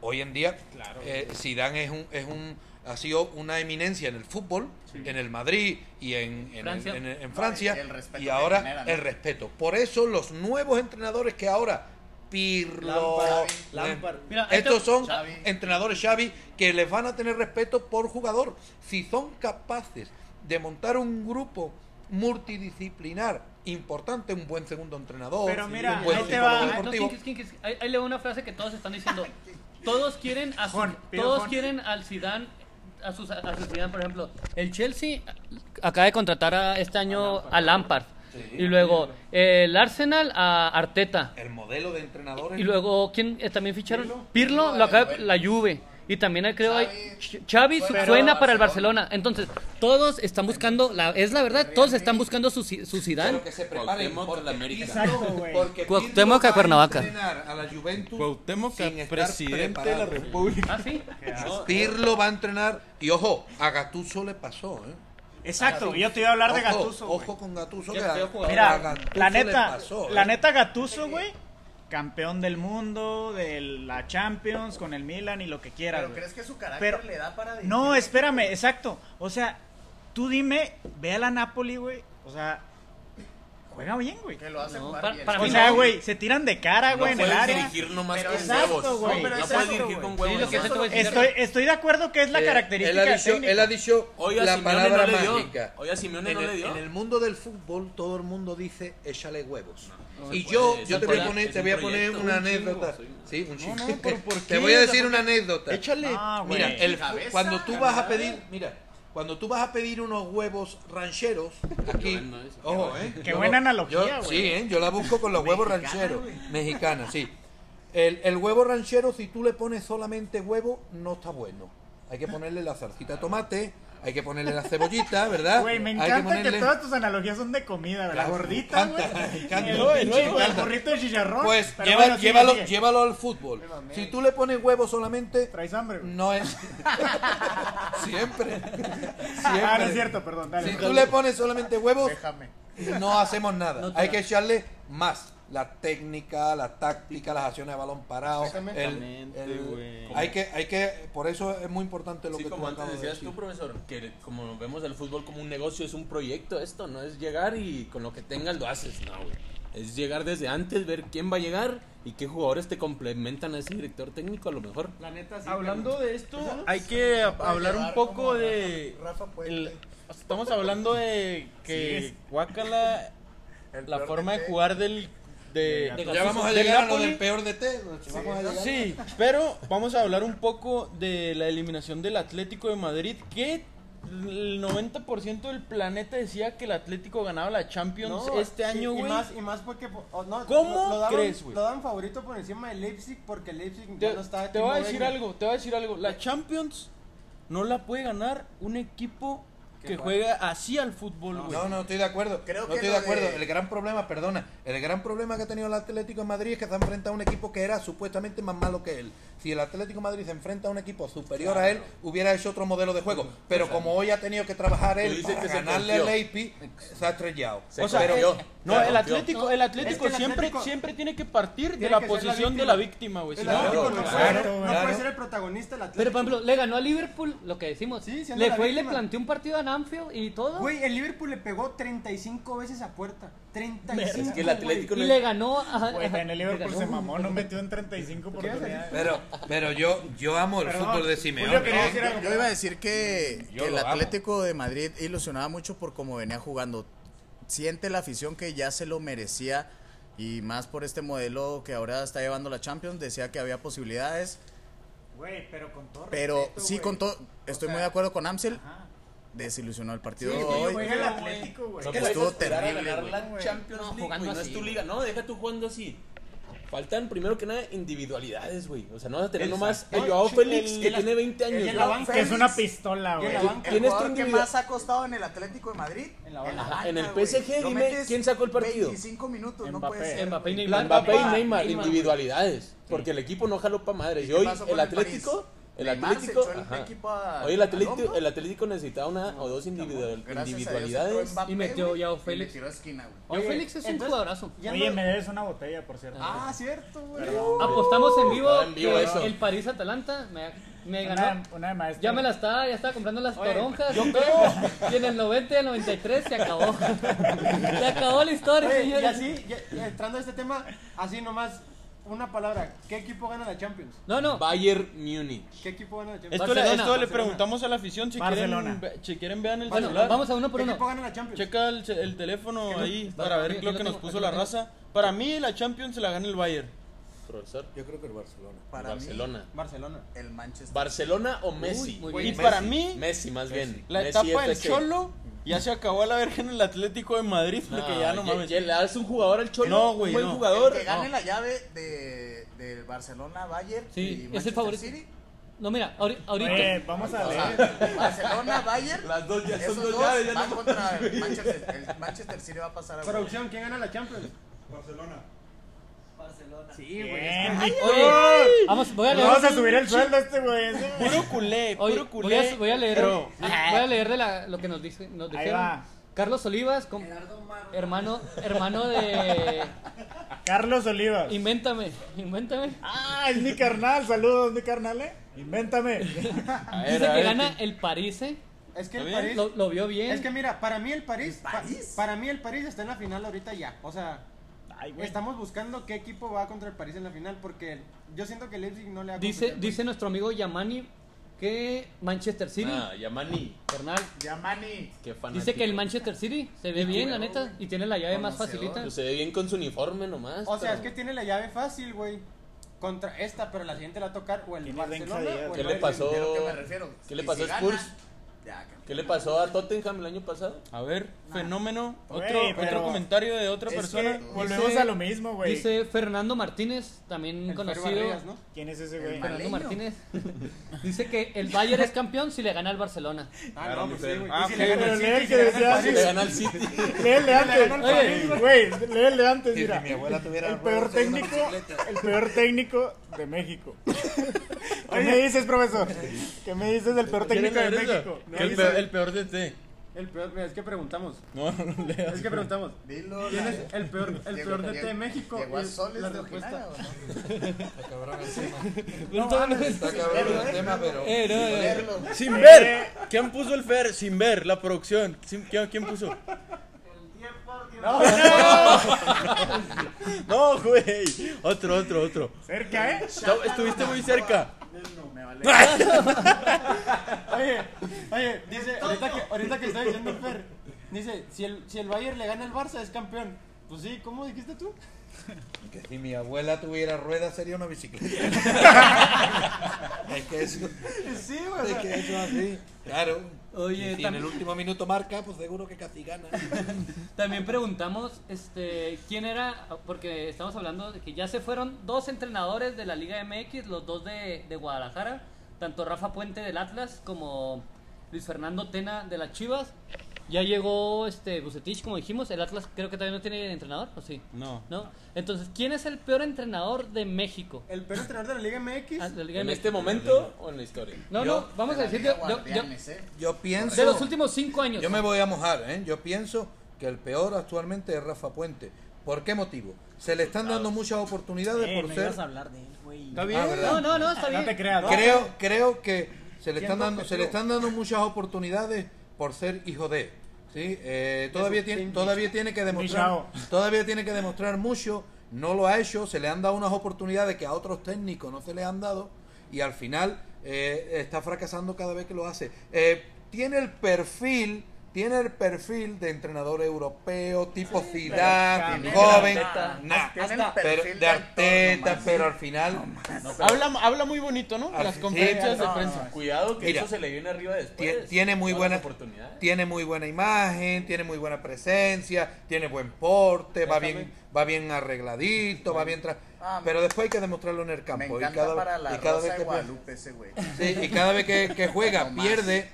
Speaker 5: hoy en día eh, Zidane es un, es un, ha sido una eminencia en el fútbol, en el Madrid y en, en el-
Speaker 3: Francia.
Speaker 5: en- en Francia.
Speaker 8: y el respeto
Speaker 5: y
Speaker 8: que
Speaker 5: ahora
Speaker 8: genera, ¿no?
Speaker 5: el respeto. Por eso los nuevos entrenadores que ahora... Pirlo,
Speaker 6: Lampard,
Speaker 5: eh,
Speaker 6: Lampard.
Speaker 3: Mira, ahí
Speaker 5: estos
Speaker 3: te-
Speaker 5: son
Speaker 8: Xavi.
Speaker 5: entrenadores Xavi que les van a tener respeto por jugador. Si son capaces de montar un grupo multidisciplinar importante, un buen segundo entrenador,
Speaker 2: Pero mira,
Speaker 5: un buen
Speaker 2: ahí te
Speaker 5: psicólogo
Speaker 2: va.
Speaker 3: Ah, no,
Speaker 5: deportivo.
Speaker 3: Kinkis, Kinkis, ahí, ahí le va una frase que todos están diciendo. Todos quieren a su-
Speaker 2: Juan, pido
Speaker 3: todos
Speaker 2: Juan.
Speaker 3: quieren al Zidane a sus a su Zidane, por ejemplo. El Chelsea acaba de contratar a, este año a Lampard. Y luego el Arsenal a Arteta.
Speaker 5: El modelo de entrenadores.
Speaker 3: Y luego quién Eh, también ficharon Pirlo, lo acaba la Juve. Y también eh, creo hay Ch- Xavi su-
Speaker 8: Pero-
Speaker 3: suena para el Barcelona. Entonces, todos están buscando la es la verdad, todos están buscando su Ci- su Zidane.
Speaker 5: pero que se preparen
Speaker 7: Cuauhtémoc
Speaker 5: porque
Speaker 7: a la América.
Speaker 5: Pirlo-
Speaker 2: Exacto, güey.
Speaker 5: porque
Speaker 3: Cuauhtémoc
Speaker 5: Pirlo
Speaker 3: a
Speaker 5: va
Speaker 3: Cuernavaca.
Speaker 5: entrenar a la Juventus
Speaker 1: Cuauhtémoc,
Speaker 5: sin estar
Speaker 1: presidente de la
Speaker 5: preparado.
Speaker 1: República.
Speaker 3: Ah, sí.
Speaker 5: Pirlo va a entrenar y ojo, a Gattuso le pasó, ¿eh?
Speaker 2: Exacto, yo te iba a hablar de
Speaker 5: Ojo,
Speaker 2: Gatuso.
Speaker 5: Ojo con Gatuso.
Speaker 6: Ya estoy jugando.
Speaker 2: Mira,
Speaker 5: Gattuso
Speaker 2: la
Speaker 5: le
Speaker 2: neta,
Speaker 5: pasó,
Speaker 2: la
Speaker 5: ¿eh?
Speaker 2: neta Gatuso, güey, campeón del mundo, de la Champions, con el Milan y lo que quieras.
Speaker 8: Pero
Speaker 2: güey.
Speaker 8: crees que su carácter
Speaker 2: Pero-
Speaker 8: le da para dirigir?
Speaker 2: No, espérame, exacto. O sea, tú dime, ve a la Napoli, güey. O sea, juega bien, güey.
Speaker 8: Que lo hace
Speaker 3: No,
Speaker 8: jugar
Speaker 3: para-
Speaker 8: bien.
Speaker 3: para
Speaker 2: O
Speaker 3: mí
Speaker 2: sea,
Speaker 3: no.
Speaker 2: güey, se tiran de cara,
Speaker 7: No
Speaker 2: güey, en el
Speaker 7: puedes
Speaker 2: área.
Speaker 7: dirigir nomás
Speaker 8: Pero
Speaker 7: con
Speaker 8: exacto,
Speaker 7: huevos.
Speaker 2: güey.
Speaker 7: No,
Speaker 8: No, pero
Speaker 7: puedes
Speaker 8: exacto,
Speaker 7: dirigir
Speaker 8: güey.
Speaker 7: con huevos.
Speaker 3: Sí, lo que
Speaker 7: nomás.
Speaker 3: se tuvo-
Speaker 2: Estoy, estoy de acuerdo que es la
Speaker 5: Eh, él
Speaker 2: característica
Speaker 5: ha
Speaker 2: del
Speaker 5: dicho,
Speaker 2: técnico.
Speaker 5: él ha dicho
Speaker 7: Hoy a
Speaker 5: la
Speaker 7: Simeone
Speaker 5: palabra
Speaker 7: no le dio.
Speaker 5: mágica.
Speaker 7: Hoy a Simeone
Speaker 5: en,
Speaker 7: no
Speaker 5: el,
Speaker 7: le dio.
Speaker 5: en el mundo del fútbol todo el mundo dice échale huevos.
Speaker 7: no
Speaker 5: y
Speaker 7: se
Speaker 5: yo,
Speaker 7: puede,
Speaker 5: yo
Speaker 7: es
Speaker 5: te
Speaker 7: un
Speaker 5: voy a
Speaker 7: proye-
Speaker 5: poner,
Speaker 7: es
Speaker 5: te
Speaker 7: un
Speaker 5: voy a poner
Speaker 7: proyecto,
Speaker 5: una
Speaker 7: un chingo,
Speaker 5: anécdota.
Speaker 7: soy un-
Speaker 5: Sí, un
Speaker 1: No, no,
Speaker 5: chingo.
Speaker 1: pero ¿por
Speaker 5: Te
Speaker 1: qué?
Speaker 5: voy a
Speaker 1: O
Speaker 5: decir
Speaker 1: sea,
Speaker 5: una anécdota.
Speaker 1: Échale.
Speaker 2: Ah, güey.
Speaker 5: Mira, el,
Speaker 8: Cabeza,
Speaker 5: cuando tú vas a pedir, mira, cuando tú vas a pedir unos huevos rancheros aquí,
Speaker 7: bueno eso.
Speaker 5: ojo, eh.
Speaker 2: Qué
Speaker 5: yo-
Speaker 2: buena analogía,
Speaker 5: yo-
Speaker 2: güey.
Speaker 5: Sí, eh, yo la busco con los huevos rancheros, mexicana, sí. El, el huevo ranchero, si tú le pones solamente huevo, no está bueno. Hay que ponerle la salsita de tomate, hay que ponerle la cebollita, ¿verdad?
Speaker 2: Güey, me
Speaker 5: Hay que
Speaker 2: encanta que,
Speaker 5: ponerle-
Speaker 2: todas tus analogías son de comida, de la
Speaker 5: Claro,
Speaker 2: gordita,
Speaker 5: me
Speaker 2: güey.
Speaker 5: encanta, me encanta.
Speaker 2: El,
Speaker 5: Me
Speaker 2: el-
Speaker 5: encanta.
Speaker 2: el burrito de chicharrón.
Speaker 5: Pues
Speaker 2: Pero
Speaker 5: lleva-
Speaker 2: bueno, sigue,
Speaker 5: llévalo,
Speaker 2: sigue.
Speaker 5: llévalo al fútbol. Si tú le pones huevo solamente,
Speaker 2: Traes hambre, güey.
Speaker 5: no es. Siempre.
Speaker 2: Ah, no
Speaker 5: Siempre.
Speaker 2: es cierto, perdón, dale.
Speaker 5: Si tú le pones solamente huevos,
Speaker 8: Déjame.
Speaker 5: no hacemos nada. Hay que echarle más. la técnica, la táctica, las acciones de balón parado.
Speaker 6: Exactamente.
Speaker 5: el- el- hay que, hay que, por eso es muy importante lo
Speaker 7: Sí,
Speaker 5: que tú
Speaker 7: como antes
Speaker 5: acabas de
Speaker 7: decías tú,
Speaker 5: decir.
Speaker 7: profesor, que como vemos el fútbol como un negocio, es un proyecto esto, no es llegar y con lo que tengas lo haces, no, güey. Es llegar desde antes, ver quién va a llegar y qué jugadores te complementan a ese director técnico a lo mejor.
Speaker 6: La neta, sí.
Speaker 1: Hablando de esto,
Speaker 8: Pues,
Speaker 1: hay que a- hablar un
Speaker 8: llevar
Speaker 1: poco
Speaker 8: como
Speaker 1: de.
Speaker 8: Rafa Puente.
Speaker 1: el- estamos hablando de que Guacala,
Speaker 8: El
Speaker 1: la
Speaker 8: peor
Speaker 1: forma de
Speaker 8: DT.
Speaker 1: jugar del. De,
Speaker 7: Ya
Speaker 5: Ya vamos a
Speaker 1: del
Speaker 5: llegar a lo
Speaker 1: Napoli.
Speaker 5: del peor de T. vamos a llegar.
Speaker 1: Sí, pero vamos a hablar un poco de la eliminación del Atlético de Madrid, que el 90% del planeta decía que el Atlético ganaba la Champions
Speaker 6: No,
Speaker 1: este
Speaker 6: y-
Speaker 1: año,
Speaker 6: y,
Speaker 1: güey.
Speaker 6: más, y más porque. po- oh, no,
Speaker 1: ¿Cómo
Speaker 6: lo, lo daban-
Speaker 1: crees, güey?
Speaker 6: Lo daban favorito por encima de Leipzig porque el Leipzig
Speaker 1: Te,
Speaker 6: ya no estaba.
Speaker 1: te voy a
Speaker 6: Timo
Speaker 1: decir
Speaker 6: Werner.
Speaker 1: algo, te voy a decir algo. La Champions no la puede ganar un equipo que juega así al fútbol, güey.
Speaker 5: No, no, estoy de acuerdo.
Speaker 8: Creo
Speaker 5: no
Speaker 8: que
Speaker 5: estoy de
Speaker 8: lo
Speaker 5: acuerdo.
Speaker 8: de-
Speaker 5: El gran problema, perdona, el gran problema que ha tenido el Atlético de Madrid es que se ha enfrentado a un equipo que era supuestamente más malo que él. Si el Atlético de Madrid se enfrenta a un equipo superior a él, hubiera hecho otro modelo de juego. Pero como hoy ha tenido que trabajar
Speaker 7: Tú
Speaker 5: él
Speaker 7: dices
Speaker 5: para
Speaker 7: que se
Speaker 5: ganarle
Speaker 7: confió.
Speaker 5: al AP, se ha estrellado.
Speaker 7: Se
Speaker 1: o sea,
Speaker 7: confió,
Speaker 1: eh,
Speaker 7: se
Speaker 1: no, el
Speaker 7: confió.
Speaker 1: Atlético, el Atlético
Speaker 6: es que el
Speaker 1: siempre,
Speaker 6: Atlético-
Speaker 1: siempre tiene que partir de
Speaker 6: Tiene
Speaker 1: la
Speaker 6: que ser la
Speaker 1: posición de
Speaker 6: víctima.
Speaker 1: la víctima, güey. si
Speaker 6: El
Speaker 1: no- pues,
Speaker 6: Atlético no,
Speaker 5: claro,
Speaker 6: puede, ser-
Speaker 5: claro.
Speaker 6: no puede ser el protagonista del
Speaker 3: Pero,
Speaker 6: Atlético.
Speaker 3: por ejemplo, le ganó a Liverpool, lo que decimos.
Speaker 6: Sí, siendo
Speaker 3: le
Speaker 6: la
Speaker 3: fue y le
Speaker 6: víctima.
Speaker 3: planteó un partido a Anfield y todo.
Speaker 6: Güey, el Liverpool le pegó 35 veces a puerta. 35.
Speaker 7: Es que el Atlético
Speaker 3: y
Speaker 7: no
Speaker 3: le
Speaker 7: es-
Speaker 3: ganó a...
Speaker 2: Güey, pues, en el
Speaker 3: le
Speaker 2: Liverpool
Speaker 3: ganó.
Speaker 2: se mamó, no metió en 35
Speaker 6: ¿Qué ibas a decir?
Speaker 2: oportunidades.
Speaker 5: Pero, pero yo, yo amo el
Speaker 2: Perdón,
Speaker 5: fútbol de
Speaker 2: Julio
Speaker 5: Simeone.
Speaker 2: quería decir algo.
Speaker 8: Yo iba a decir que,
Speaker 5: Yo
Speaker 8: que el
Speaker 5: lo amo.
Speaker 8: Atlético de Madrid ilusionaba mucho por cómo venía jugando. Siente la afición que ya se lo merecía y más por este modelo que ahora está llevando la Champions. Decía que había posibilidades,
Speaker 2: Güey, pero con todo
Speaker 8: pero
Speaker 2: respeto,
Speaker 8: sí,
Speaker 2: güey.
Speaker 8: con todo. Estoy
Speaker 2: sea,
Speaker 8: muy de acuerdo con Amsel.
Speaker 2: Ajá.
Speaker 8: Desillusionó el partido
Speaker 2: Sí,
Speaker 8: hoy.
Speaker 2: juega el Atlético, güey.
Speaker 8: que
Speaker 7: puedes
Speaker 8: estuvo
Speaker 7: aspirar a
Speaker 8: terrible,
Speaker 7: ganar
Speaker 8: güey.
Speaker 7: la Champions
Speaker 3: No,
Speaker 7: League,
Speaker 3: jugando
Speaker 7: güey, no
Speaker 3: así,
Speaker 7: es tu
Speaker 3: güey.
Speaker 7: liga. No, deja tú jugando así. Faltan primero que nada individualidades, güey. O sea, no vas a tener nomás a Joao Félix, que tiene 20 años.
Speaker 6: en la
Speaker 7: güey.
Speaker 6: banca.
Speaker 2: Que es una pistola, güey.
Speaker 6: la banca.
Speaker 7: ¿Quién es tu individual-
Speaker 8: ha costado en el Atlético de Madrid?
Speaker 6: En la banca.
Speaker 7: Ajá, en el
Speaker 8: güey.
Speaker 7: PSG,
Speaker 8: Lo
Speaker 7: dime,
Speaker 8: metes
Speaker 7: ¿quién sacó el partido?
Speaker 8: 25 minutos, no
Speaker 2: Mbappé.
Speaker 8: puede ser.
Speaker 3: Mbappé y Neymar.
Speaker 7: Mbappé y
Speaker 3: Neymar,
Speaker 7: Neymar,
Speaker 3: güey.
Speaker 7: individualidades. Porque el equipo no jaló pa' madre. Y
Speaker 8: qué
Speaker 7: hoy
Speaker 8: pasó con el
Speaker 7: el Atlético.
Speaker 8: París?
Speaker 7: El
Speaker 8: Neymar se
Speaker 7: Atlético,
Speaker 8: echó el
Speaker 7: ajá.
Speaker 8: equipo a-
Speaker 7: Hoy el
Speaker 8: al
Speaker 7: Atlético,
Speaker 8: hombro.
Speaker 7: el Atlético necesitaba una o dos individual-
Speaker 8: Gracias a Dios entró
Speaker 7: individualidades.
Speaker 8: Mbappé,
Speaker 3: Y metió
Speaker 8: güey,
Speaker 3: Joao
Speaker 8: y le
Speaker 3: Félix.
Speaker 8: tiró esquina, güey.
Speaker 3: Joao
Speaker 6: Oye,
Speaker 3: Félix es un
Speaker 6: entonces-
Speaker 3: jugadorazo.
Speaker 6: Ya
Speaker 2: Oye,
Speaker 6: no-
Speaker 2: me debes una botella, por cierto.
Speaker 6: Ah, cierto, güey.
Speaker 3: Apostamos en vivo,
Speaker 7: Estaba en vivo
Speaker 3: que
Speaker 7: eso.
Speaker 3: el París-Atalanta me, me Ah, ganó.
Speaker 2: una, una de maestro.
Speaker 3: Ya me la estaba, ya estaba comprando las
Speaker 6: Oye,
Speaker 3: toronjas. Yo creo. Y en el 90 y el 93 se acabó. se acabó la
Speaker 1: Ah,
Speaker 3: historia,
Speaker 6: Oye, y
Speaker 3: señores.
Speaker 6: así, ya- ya entrando a este tema, así nomás, una palabra. ¿Qué equipo gana la Champions?
Speaker 3: No, no.
Speaker 7: Bayern Múnich.
Speaker 6: ¿Qué equipo gana la Champions?
Speaker 1: Esto, le, esto
Speaker 3: Barcelona,
Speaker 1: le
Speaker 6: Barcelona.
Speaker 1: preguntamos a la afición si
Speaker 2: Barcelona.
Speaker 1: quieren, ve- si quieren vean el
Speaker 3: Bueno,
Speaker 1: celular.
Speaker 3: vamos a uno por
Speaker 6: ¿Qué
Speaker 3: uno.
Speaker 6: equipo gana la Champions?
Speaker 1: Checa el, ce- el teléfono ahí
Speaker 3: Va,
Speaker 1: para
Speaker 3: va,
Speaker 1: ver
Speaker 3: yo-
Speaker 1: lo
Speaker 3: yo
Speaker 1: que
Speaker 3: lo
Speaker 1: nos
Speaker 3: tengo,
Speaker 1: puso
Speaker 3: aquí lo
Speaker 1: la
Speaker 3: tengo.
Speaker 1: raza. Para mí la Champions se la gana el Bayern.
Speaker 7: Profesor.
Speaker 5: Yo creo que el Barcelona.
Speaker 8: Para
Speaker 7: Barcelona.
Speaker 6: Barcelona.
Speaker 8: mí, el Manchester.
Speaker 7: Barcelona o Messi.
Speaker 3: muy
Speaker 1: Y
Speaker 3: bien.
Speaker 1: para mí
Speaker 7: Messi más bien.
Speaker 1: la
Speaker 7: Messi
Speaker 1: etapa del
Speaker 7: FC.
Speaker 1: Cholo ya se acabó a la verga en el Atlético de Madrid
Speaker 7: No,
Speaker 1: porque ya no
Speaker 7: ye-
Speaker 1: mames.
Speaker 7: ye- le das un jugador al Cholo,
Speaker 1: Ah, No,
Speaker 7: un
Speaker 1: güey,
Speaker 7: buen
Speaker 1: no.
Speaker 7: jugador.
Speaker 8: El que gane
Speaker 7: no.
Speaker 8: la llave de, del Barcelona Bayern
Speaker 3: Sí,
Speaker 8: y
Speaker 3: es el
Speaker 8: Manchester
Speaker 3: favorito.
Speaker 8: City.
Speaker 3: No, mira, ahori- ahorita.
Speaker 2: Oye, vamos a
Speaker 8: O
Speaker 2: ver.
Speaker 8: sea, Barcelona Bayern.
Speaker 7: Las dos ya son
Speaker 8: esos
Speaker 7: dos
Speaker 8: dos
Speaker 7: llaves, ya
Speaker 8: van
Speaker 7: no-
Speaker 8: contra el Manchester, el Manchester City va a pasar a
Speaker 6: Producción, ¿quién gana la Champions?
Speaker 2: Bien, Víctor.
Speaker 3: Oye, vamos, voy a
Speaker 2: Le
Speaker 3: leer.
Speaker 2: vamos a subir el sueldo a este güey. ese güey.
Speaker 1: Puro culé,
Speaker 3: Oye,
Speaker 1: puro
Speaker 3: voy,
Speaker 1: culé.
Speaker 3: a, voy a leer,
Speaker 1: pero-
Speaker 3: voy a leer de la- lo que nos, dice, nos
Speaker 2: Ahí
Speaker 3: dijeron.
Speaker 2: va.
Speaker 3: Carlos Olivas, com- hermano, hermano de...
Speaker 2: Carlos Olivas.
Speaker 3: Invéntame, invéntame.
Speaker 2: Ah, es mi carnal. Saludos, mi carnal, eh. Invéntame.
Speaker 7: A ver,
Speaker 3: Dice
Speaker 7: a
Speaker 3: que
Speaker 7: ver,
Speaker 3: gana el París, ¿eh?
Speaker 6: Es que el
Speaker 1: ¿Está
Speaker 6: París.
Speaker 1: bien?
Speaker 3: Lo, lo vio bien.
Speaker 6: Es que mira, para mí el París,
Speaker 8: ¿El París?
Speaker 6: pa- para mí el París está en la final ahorita ya. O sea,
Speaker 2: Ay, güey.
Speaker 6: estamos buscando qué equipo va contra el París en la final porque yo siento que el Leipzig no le ha
Speaker 3: Dice, dice nuestro amigo Yamani que Manchester City,
Speaker 7: Ah, Yamani.
Speaker 3: carnal,
Speaker 8: Yamani.
Speaker 7: Qué
Speaker 1: Ah,
Speaker 7: fanático.
Speaker 3: dice que el Manchester City se ve bien, la neta, y tiene la llave más
Speaker 8: Conocedor.
Speaker 3: facilita.
Speaker 7: Pues se ve bien con su uniforme nomás.
Speaker 6: O sea,
Speaker 7: pero-
Speaker 6: es que tiene la llave fácil, güey. Contra esta, pero la siguiente la va a tocar o el
Speaker 2: Tiene Benja
Speaker 6: Barcelona
Speaker 2: Díaz.
Speaker 6: o
Speaker 7: ¿Qué
Speaker 6: el
Speaker 7: le
Speaker 6: Bayern.
Speaker 7: pasó?
Speaker 8: De lo que me refiero.
Speaker 7: ¿Qué le
Speaker 8: Y
Speaker 7: pasó
Speaker 8: si
Speaker 7: a
Speaker 8: gana,
Speaker 7: Spurs?
Speaker 8: ya, campeón.
Speaker 7: ¿Qué le pasó a Tottenham el año pasado?
Speaker 1: A ver, fenómeno.
Speaker 2: Güey,
Speaker 1: otro,
Speaker 2: pero-
Speaker 1: otro comentario de otra
Speaker 2: Es que
Speaker 1: persona.
Speaker 2: volvemos
Speaker 1: Dice-
Speaker 2: a lo mismo, güey.
Speaker 3: Dice Fernando Martínez, también
Speaker 6: El
Speaker 3: conocido.
Speaker 6: Fer Barreras, ¿no? Ah,
Speaker 2: ¿Quién es ese güey?
Speaker 3: Fernando
Speaker 8: Maleño.
Speaker 3: Martínez dice que el Bayern es campeón si le gana al Barcelona.
Speaker 6: Ah, no, pues sí, güey.
Speaker 1: Ah,
Speaker 6: Y si
Speaker 1: ok,
Speaker 6: le gana
Speaker 2: pero
Speaker 6: el
Speaker 2: lee el
Speaker 6: City,
Speaker 2: que
Speaker 6: si le
Speaker 2: decía
Speaker 6: gana el
Speaker 2: así.
Speaker 6: París.
Speaker 7: Le gana al City.
Speaker 2: Léele
Speaker 6: ganó
Speaker 2: antes.
Speaker 6: al
Speaker 2: Oye,
Speaker 6: París.
Speaker 2: güey, léele antes,
Speaker 5: Si, si
Speaker 2: mira.
Speaker 5: mi abuela tuviera
Speaker 2: El
Speaker 5: ruedas,
Speaker 2: peor
Speaker 5: sería una
Speaker 2: técnico,
Speaker 5: bicicleta.
Speaker 2: el peor técnico de México. ¿Qué me dices, profesor? ¿Qué me dices del peor técnico de
Speaker 1: ¿Quieren ver eso?
Speaker 2: México?
Speaker 1: Que el, peor, el peor de T.
Speaker 6: El peor, mira, es que preguntamos.
Speaker 1: No, no leas.
Speaker 6: Es que preguntamos.
Speaker 8: Dilo.
Speaker 6: ¿Quién es el peor, el
Speaker 8: Llegó-
Speaker 6: peor DT de
Speaker 8: llegó-
Speaker 6: México?
Speaker 8: Llegó a
Speaker 6: Y
Speaker 8: soles
Speaker 6: la
Speaker 8: de
Speaker 6: respuesta-
Speaker 8: Ojinaga, ¿o no?
Speaker 5: Está cabrón el tema.
Speaker 1: No, mames.
Speaker 5: Está cabrón el tema, pero.
Speaker 1: Eh, no, eh.
Speaker 8: Leerlo.
Speaker 1: Sin ver. ¿Quién puso el Fer? Sin ver, la producción. Sin- ¿quién, quién puso? No, güey. Otro, otro, otro.
Speaker 2: Cerca, ¿eh?
Speaker 1: No, estuviste muy cerca.
Speaker 2: Me vale.
Speaker 6: Oye, oye, dice, ahorita que, ahorita que está diciendo Fer, dice, si el, si el Bayern le gana al Barça es campeón. Pues sí, ¿cómo dijiste tú?
Speaker 5: Que si mi abuela tuviera ruedas sería una bicicleta. es que eso.
Speaker 6: Sí,
Speaker 5: Es que eso es así. Claro.
Speaker 3: Oye,
Speaker 5: Y si en
Speaker 3: tam-
Speaker 5: el último minuto marca, pues seguro que casi gana.
Speaker 3: También preguntamos este, quién era, porque estamos hablando de que ya se fueron dos entrenadores de la Liga MX, los dos de, de Guadalajara, tanto Rafa Puente del Atlas como Luis Fernando Tena de las Chivas. Ya llegó este Bucetich, como dijimos, el Atlas creo que también no tiene entrenador, ¿o sí?
Speaker 1: No.
Speaker 3: ¿No? Entonces, ¿quién es el peor entrenador de México?
Speaker 6: El peor entrenador de la Liga
Speaker 3: Ah, de
Speaker 6: MX.
Speaker 3: la Liga
Speaker 7: ¿En
Speaker 1: eh.
Speaker 3: MX.
Speaker 7: este momento o en la historia?
Speaker 3: No,
Speaker 5: Yo-
Speaker 3: no, vamos a
Speaker 8: La
Speaker 3: decir
Speaker 8: Liga
Speaker 3: de, de- de-
Speaker 8: Guardianes, ¿eh?
Speaker 5: Yo pienso.
Speaker 3: de los últimos cinco años.
Speaker 5: Yo me voy a mojar, ¿eh? Yo pienso que el peor actualmente es Rafa Puente. ¿Por qué motivo? Se le están dando muchas oportunidades
Speaker 2: Eh,
Speaker 5: por
Speaker 2: no
Speaker 5: ser.
Speaker 2: ibas a hablar de él, güey.
Speaker 5: Ah, ¿verdad?
Speaker 3: No, no, no, está
Speaker 2: No
Speaker 3: bien.
Speaker 2: te creas.
Speaker 5: creo, creo que se le están
Speaker 6: Siento
Speaker 5: dando,
Speaker 6: que
Speaker 5: se le
Speaker 6: creo.
Speaker 5: están dando muchas oportunidades por ser hijo de. ¿sí? Eh, todavía
Speaker 6: un
Speaker 5: tiene,
Speaker 6: team
Speaker 5: todavía tiene que demostrar,
Speaker 2: Michao.
Speaker 5: todavía tiene que demostrar mucho, no lo ha hecho, se le han dado unas oportunidades que a otros técnicos no se le han dado, y al final eh, está fracasando cada vez que lo hace. Eh, tiene el perfil, tiene el perfil de entrenador europeo, tipo ciudad,
Speaker 2: cambia.
Speaker 5: joven,
Speaker 2: Arteta.
Speaker 5: nah,
Speaker 8: Tiene el
Speaker 5: hasta- pero
Speaker 8: Este perfil
Speaker 5: de
Speaker 8: de actor
Speaker 5: Arteta,
Speaker 8: nomás.
Speaker 5: pero al final
Speaker 1: Habla, habla muy bonito, ¿no?
Speaker 5: Ah,
Speaker 1: Las
Speaker 5: sí,
Speaker 1: conferencias
Speaker 5: no,
Speaker 1: de prensa.
Speaker 7: Cuidado que
Speaker 5: Mira.
Speaker 7: eso se le viene arriba después.
Speaker 5: Tie- tiene muy
Speaker 7: Todas
Speaker 5: buena-
Speaker 7: las oportunidades.
Speaker 5: tiene muy buena imagen, tiene muy buena presencia, tiene buen porte, va bien, va bien arregladito, va bien tra-
Speaker 8: Ah, me-
Speaker 5: pero después hay que demostrarlo en el
Speaker 8: Me
Speaker 5: campo.
Speaker 8: encanta
Speaker 5: y cada,
Speaker 8: para la
Speaker 5: y cada
Speaker 8: Rosa
Speaker 5: vez
Speaker 8: de
Speaker 5: que juega-
Speaker 8: Guadalupe ese güey.
Speaker 5: sí, y cada vez que, que juega
Speaker 8: Nomás.
Speaker 5: pierde,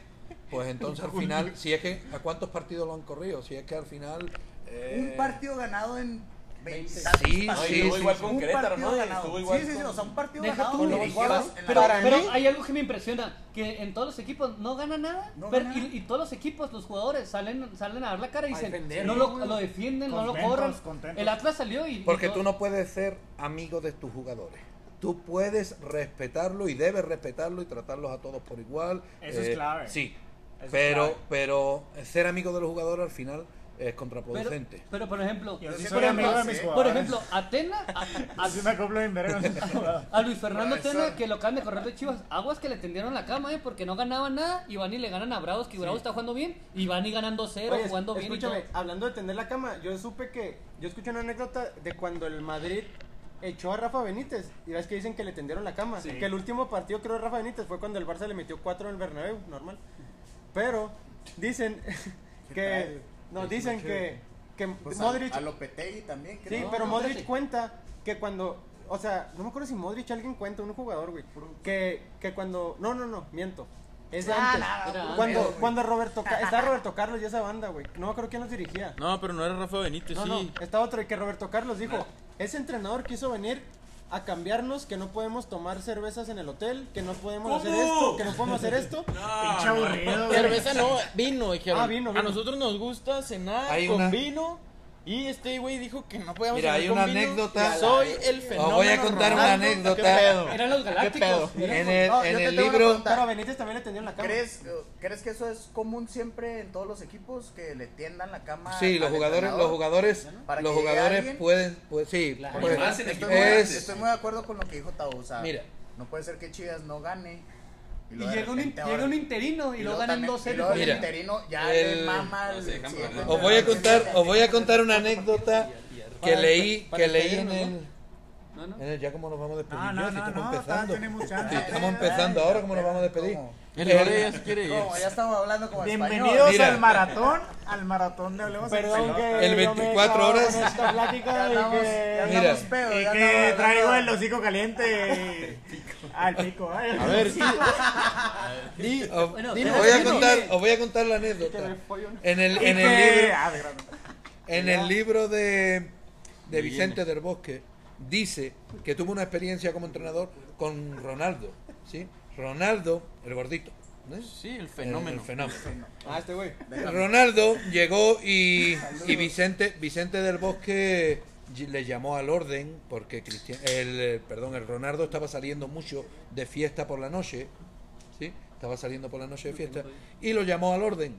Speaker 5: pues entonces al final, si es que a cuántos partidos lo han corrido, si es que al final eh,
Speaker 8: Un partido ganado en 20
Speaker 5: Sí,
Speaker 7: No, y
Speaker 5: sí,
Speaker 7: estuvo
Speaker 5: sí,
Speaker 7: igual
Speaker 5: sí.
Speaker 7: con
Speaker 8: Un
Speaker 7: Querétaro,
Speaker 8: partido
Speaker 7: ¿no? Y
Speaker 8: ganado.
Speaker 7: Estuvo igual
Speaker 8: sí, sí, sí,
Speaker 7: con-
Speaker 8: o sea, un partido
Speaker 3: Deja
Speaker 8: ganado
Speaker 3: tú,
Speaker 8: dirigido
Speaker 5: Dirigidas
Speaker 8: en la-
Speaker 3: Pero,
Speaker 6: Para
Speaker 3: pero
Speaker 6: mí-
Speaker 3: hay algo que me impresiona, que en todos los equipos no gana nada,
Speaker 8: No
Speaker 3: pero-
Speaker 8: gana
Speaker 3: y-
Speaker 8: nada.
Speaker 3: Y, todos los equipos, los jugadores salen, salen a dar la cara y
Speaker 6: A
Speaker 3: dicen,
Speaker 6: defender,
Speaker 3: no lo,
Speaker 6: güey.
Speaker 3: lo defienden, no lo
Speaker 2: Contentos,
Speaker 3: corran.
Speaker 2: contentos.
Speaker 3: El Atlas salió y... y
Speaker 5: porque
Speaker 3: todo-
Speaker 5: tú no puedes ser amigo de tus jugadores. Tú puedes respetarlo y debes respetarlo y tratarlos a todos por igual. Eh,
Speaker 2: Eso es clave.
Speaker 5: Sí,
Speaker 2: Eso es
Speaker 5: pero,
Speaker 2: clave.
Speaker 5: pero ser amigo de los jugadores al final es
Speaker 3: Pero,
Speaker 5: contraproducente.
Speaker 3: pero, por ejemplo,
Speaker 2: Yo sí
Speaker 3: por
Speaker 2: soy amigo de
Speaker 3: ejemplo,
Speaker 2: mis
Speaker 3: por
Speaker 2: jugadores.
Speaker 3: ejemplo, Atena, a, a-
Speaker 2: Así me acoplo bien verga.
Speaker 3: a Luis Fernando
Speaker 8: Profesor.
Speaker 3: Atena, que lo acaban de correr de Chivas, aguas que le tendieron la cama, eh, porque no ganaba nada, y van y le ganan a Bravos, que Bravos está jugando bien, y van y ganan 2-0,
Speaker 6: Oye,
Speaker 3: jugando bien y todo.
Speaker 6: escúchame, hablando de tender la cama, yo supe que, yo escuché una anécdota de cuando el Madrid echó a Rafa Benítez y ves que dicen que le tendieron la cama, que el último partido creo de Rafa Benítez fue cuando el Barça le metió 4 en el Bernabéu, normal, pero dicen que,
Speaker 8: tal?
Speaker 6: no, dicen que, que
Speaker 8: Pues a-
Speaker 6: Modric,
Speaker 8: A Lopetegui también,
Speaker 6: sí,
Speaker 8: creo.
Speaker 6: pero
Speaker 3: no,
Speaker 6: Modric
Speaker 3: espérate.
Speaker 6: cuenta que cuando, o sea, no me acuerdo si Modric alguien cuenta, un jugador, güey, que, que cuando, no, no, no, miento. Es de
Speaker 8: Ah,
Speaker 6: antes.
Speaker 8: nada,
Speaker 3: Era
Speaker 8: güey.
Speaker 6: Cuando,
Speaker 8: Pero, güey,
Speaker 6: cuando Roberto, Ca- estaba Roberto Carlos y esa banda, güey. No me acuerdo quién los dirigía.
Speaker 1: No, pero no era Rafa Benítez,
Speaker 6: No,
Speaker 1: sí.
Speaker 6: no, está otro, y que Roberto Carlos dijo, ese entrenador quiso venir a cambiarnos que no podemos tomar cervezas en el hotel, que no podemos hacer esto, que no podemos hacer esto.
Speaker 2: Pinche aburrido, güey.
Speaker 1: Cerveza no, vino, dijeron.
Speaker 6: Ah, vino, vino.
Speaker 1: A nosotros nos gusta cenar
Speaker 5: Hay
Speaker 1: con
Speaker 5: una-
Speaker 1: vino. Y este güey dijo que no podíamos
Speaker 5: Mira,
Speaker 1: cenar
Speaker 5: hay
Speaker 1: con
Speaker 5: una
Speaker 1: vino.
Speaker 5: anécdota.
Speaker 1: Soy el fenómeno.
Speaker 5: voy a contar una
Speaker 1: Ronaldo. ¿Qué
Speaker 5: anécdota.
Speaker 1: pedo?
Speaker 3: Eran los Galácticos.
Speaker 1: pedo?
Speaker 5: En el,
Speaker 6: No, yo
Speaker 5: en
Speaker 6: te
Speaker 5: el
Speaker 6: tengo una
Speaker 5: libro,
Speaker 6: pregunta. Pero a Benítez también le tendió en la cama.
Speaker 8: ¿Crees, eh, ¿Crees que eso es común siempre en todos los equipos? Que le tiendan la cama
Speaker 5: sí,
Speaker 8: al
Speaker 5: los jugadores,
Speaker 8: entrenador?
Speaker 5: los jugadores,
Speaker 8: Para
Speaker 5: los
Speaker 8: que llegue
Speaker 5: jugadores
Speaker 8: alguien.
Speaker 5: pueden, pues sí,
Speaker 3: Claro.
Speaker 5: pueden.
Speaker 7: Y más en
Speaker 8: Estoy
Speaker 7: equipos
Speaker 8: muy,
Speaker 5: Es-
Speaker 8: estoy muy de acuerdo con lo que dijo Tau. O sea,
Speaker 5: Mira.
Speaker 8: no puede ser que Chivas no gane.
Speaker 3: Y
Speaker 8: luego de
Speaker 3: llega un,
Speaker 8: repente ahora-
Speaker 3: llega un interino y, lo
Speaker 8: luego
Speaker 3: ganan
Speaker 8: también-
Speaker 3: 2-0.
Speaker 8: y luego el
Speaker 5: Mira,
Speaker 8: interino ya
Speaker 5: el-
Speaker 8: le mama al siguiente
Speaker 5: Os voy a
Speaker 8: entrenador.
Speaker 5: contar, os voy a contar una anécdota que
Speaker 6: Para-
Speaker 5: leí,
Speaker 6: para
Speaker 5: que leí en
Speaker 6: despedirnos,
Speaker 5: el,
Speaker 3: No, no.
Speaker 5: en el- ya como nos vamos a despedir,
Speaker 2: No,
Speaker 5: yo,
Speaker 2: no,
Speaker 5: si
Speaker 2: no,
Speaker 5: estamos
Speaker 2: no. todavía
Speaker 5: empezando,
Speaker 2: tenemos
Speaker 5: Si
Speaker 2: chance.
Speaker 5: estamos empezando ahora, ¿cómo nos vamos a despedir?
Speaker 8: ¿Cómo?
Speaker 1: El Lore ya se quiere ir.
Speaker 8: ¿Cómo? Ya estamos hablando como
Speaker 2: Bienvenidos
Speaker 5: Mira.
Speaker 2: al maratón, al maratón de Hablemos en
Speaker 6: Perdón
Speaker 2: Pelota.
Speaker 6: que
Speaker 5: El
Speaker 6: yo me
Speaker 5: 24
Speaker 6: acabo
Speaker 5: horas.
Speaker 6: con esta plática
Speaker 8: Ya
Speaker 6: y
Speaker 8: andamos,
Speaker 6: que-
Speaker 8: ya
Speaker 5: Mira.
Speaker 8: andamos pedo,
Speaker 2: Y
Speaker 8: ya
Speaker 2: que
Speaker 8: andamos-
Speaker 2: traigo el hocico caliente. Al pico. ¿eh? ay.
Speaker 1: A ver, sí.
Speaker 5: Di- os-
Speaker 3: Bueno,
Speaker 5: di-
Speaker 3: pero
Speaker 5: os voy a
Speaker 3: dilo.
Speaker 5: contar, os voy a contar la anécdota. En el, en el libro,
Speaker 2: Ah, de grano.
Speaker 5: En el libro de, de Vicente del Bosque dice que tuvo una experiencia como entrenador con Ronaldo, ¿sí? Ronaldo, el gordito, ¿eh?
Speaker 1: Sí, el fenómeno.
Speaker 5: El fenómeno.
Speaker 6: Ah, este güey.
Speaker 5: Ronaldo llegó y, y Vicente, Vicente del Bosque ll- le llamó al orden porque Cristian, el, eh, perdón, el Ronaldo estaba saliendo mucho de fiesta por la noche, ¿sí? Estaba saliendo por la noche de fiesta y lo llamó al orden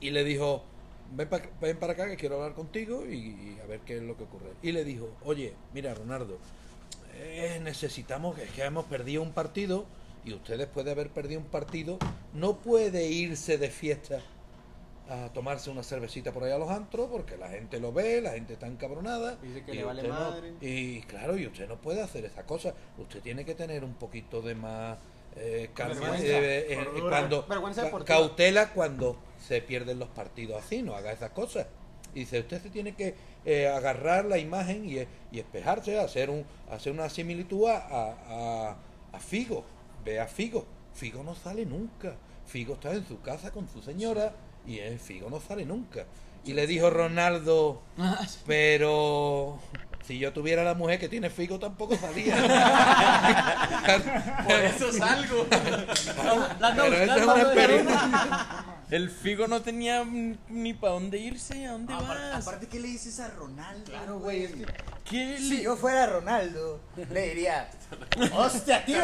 Speaker 5: y le dijo, ven, pa- ven para acá que quiero hablar contigo y, y a ver qué es lo que ocurre. Y le dijo, oye, mira Ronaldo, eh, necesitamos, que- es que hemos perdido un partido y usted después de haber perdido un partido no puede irse de fiesta a tomarse una cervecita por ahí a los antros porque la gente lo ve, la gente está encabronada.
Speaker 6: Dice que le vale
Speaker 5: usted no-
Speaker 6: madre.
Speaker 5: y claro, y usted no puede hacer esa cosa. Usted tiene que tener un poquito de más eh, calma,
Speaker 6: Vergüenza,
Speaker 5: eh, eh, eh,
Speaker 2: cordura.
Speaker 5: cuando,
Speaker 6: Vergüenza
Speaker 5: ca-
Speaker 6: deportiva.
Speaker 5: cautela cuando se pierden los partidos así, no haga esas cosas. Y dice, usted se tiene que eh, agarrar la imagen y, y espejarse, hacer un hacer una similitud a, a, a- a Figo. Ve a Figo. Figo no sale nunca. Figo está en su casa con su señora y eh, Figo no sale nunca. Y le dijo Ronaldo,
Speaker 6: Ah,
Speaker 5: pero si yo tuviera la mujer que tiene Figo tampoco salía.
Speaker 1: Por eso salgo.
Speaker 3: La ando
Speaker 5: Pero esa es
Speaker 3: buscando,
Speaker 5: una
Speaker 3: ando buscando.
Speaker 5: experiencia.
Speaker 1: El Figo no tenía ni para dónde irse. ¿A dónde
Speaker 2: Apar-
Speaker 1: vas?
Speaker 2: Aparte, ¿qué le dices a Ronaldo?
Speaker 6: Claro, güey, es que
Speaker 1: ¿Qué
Speaker 8: Si yo fuera Ronaldo, le diría,
Speaker 2: ¡Hostia, tío!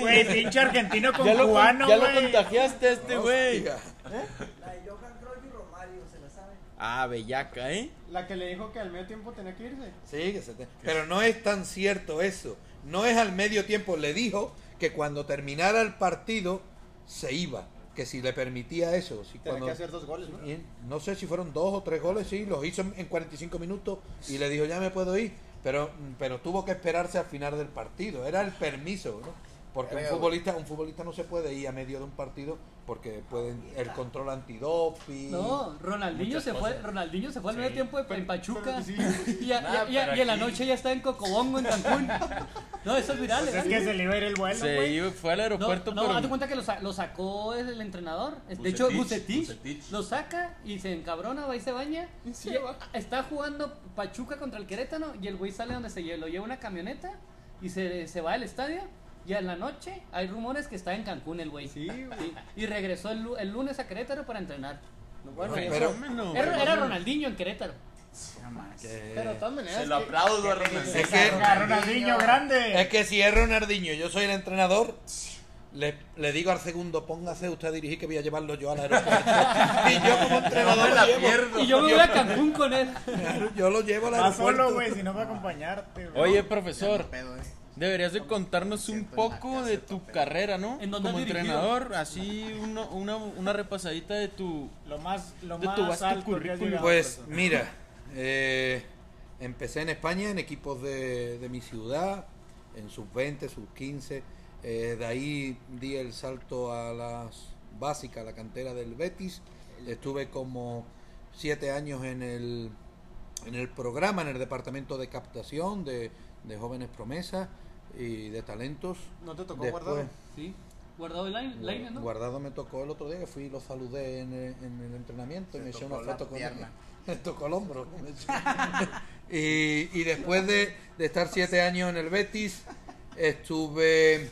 Speaker 2: Güey, pinche argentino con
Speaker 1: ya lo,
Speaker 2: cubano,
Speaker 1: ya lo
Speaker 2: güey.
Speaker 1: contagiaste a este güey.
Speaker 9: La de Johan Cruyff y Romario, se la saben.
Speaker 1: Ah, bellaca, ¿eh?
Speaker 6: la que le dijo que al medio tiempo tenía que irse.
Speaker 5: Sí, que se te- Pero no es tan cierto eso. No es al medio tiempo. Le dijo que cuando terminara el partido se iba. Que si le permitía eso. Si
Speaker 6: Tenía
Speaker 5: cuando-
Speaker 6: que hacer dos goles, ¿no?
Speaker 5: y no sé si fueron dos o tres goles, sí, los hizo en- en 45 minutos y le dijo ya me puedo ir. Pero, mm, pero tuvo que esperarse al final del partido. Era el permiso, ¿no? Porque un
Speaker 8: Creo.
Speaker 5: futbolista, un futbolista no se puede ir a medio de un partido porque pueden el control antidoping.
Speaker 3: No, Ronaldinho
Speaker 7: Muchas
Speaker 3: se, fue,
Speaker 7: cosas.
Speaker 3: Ronaldinho se fue al medio tiempo de- en Pachuca.
Speaker 6: pero sí.
Speaker 3: Y, a-
Speaker 7: Nah,
Speaker 3: y a-
Speaker 7: pero
Speaker 3: y en la
Speaker 7: aquí-
Speaker 3: noche ya está en Cocobongo, en Cancún. No, eso es viral.
Speaker 2: Pues
Speaker 3: ¿eh?
Speaker 2: es que se le iba a ir el vuelo,
Speaker 1: Se
Speaker 2: güey.
Speaker 1: iba, fue al
Speaker 3: No,
Speaker 1: aeropuerto,
Speaker 3: no,
Speaker 1: pero.
Speaker 3: hazte cuenta que lo, sa- lo sacó el entrenador. De hecho,
Speaker 7: Bucetich,
Speaker 3: Bucetich,
Speaker 7: Bucetich.
Speaker 3: lo saca y se encabrona, va y se baña.
Speaker 6: se
Speaker 3: Y
Speaker 6: va.
Speaker 3: Está jugando Pachuca contra el Querétaro y el güey sale donde se lle- lo lleva una camioneta y se, se va al estadio. Y en la noche hay rumores que está en Cancún el güey.
Speaker 6: Sí, güey.
Speaker 3: Y regresó el, lu- el lunes a Querétaro para entrenar.
Speaker 6: No, Bueno,
Speaker 5: Pero-
Speaker 6: pero,
Speaker 1: Fenómeno.
Speaker 3: Era, era Ronaldinho en Querétaro.
Speaker 2: No más.
Speaker 6: pero de todas maneras.
Speaker 7: Se lo
Speaker 6: que-
Speaker 7: aplaudo a Ronaldo.
Speaker 5: Es que-
Speaker 2: A Ronaldinho grande.
Speaker 5: Es que si es Ronaldinho, yo soy el entrenador, le, le digo al segundo, póngase usted a dirigir que voy a llevarlo yo al aeropuerto. y yo como entrenador lo llevo.
Speaker 3: Y yo me voy a Cancún con él.
Speaker 5: Claro, yo lo llevo al
Speaker 2: Va
Speaker 5: aeropuerto.
Speaker 2: solo, güey, si no va a acompañarte, güey.
Speaker 1: Oye,
Speaker 8: "Ya no
Speaker 1: profesor,
Speaker 8: pedo, eh".
Speaker 1: deberías de contarnos un poco de tu carrera, ¿no?
Speaker 3: ¿En dónde
Speaker 1: Como
Speaker 3: has dirigido?
Speaker 1: entrenador, así uno- una, una repasadita de tu.
Speaker 2: Lo más, lo
Speaker 1: Tú- tú vas
Speaker 2: más
Speaker 1: tu
Speaker 2: alto que has
Speaker 1: currículum.
Speaker 2: llegado,
Speaker 5: Pues
Speaker 2: persona.
Speaker 5: mira, eh, empecé en España en equipos de, de mi ciudad, en sub 20, sub 15. eh, de ahí di el salto a las básicas, a la cantera del Betis. Estuve como siete años en el, en el programa, en el departamento de captación de, de jóvenes promesas y de talentos.
Speaker 6: ¿No te tocó
Speaker 5: Después-
Speaker 6: guardado?
Speaker 3: Sí, guardado el line, line, ¿no?
Speaker 5: Guardado me tocó el otro día que fui y lo saludé en el, en el entrenamiento y
Speaker 8: Se
Speaker 5: me eché
Speaker 8: tocó
Speaker 5: una
Speaker 8: la
Speaker 5: foto con él.
Speaker 8: pierna.
Speaker 5: Me tocó el hombro. me eché. y, y después de, de estar siete años en el Betis, estuve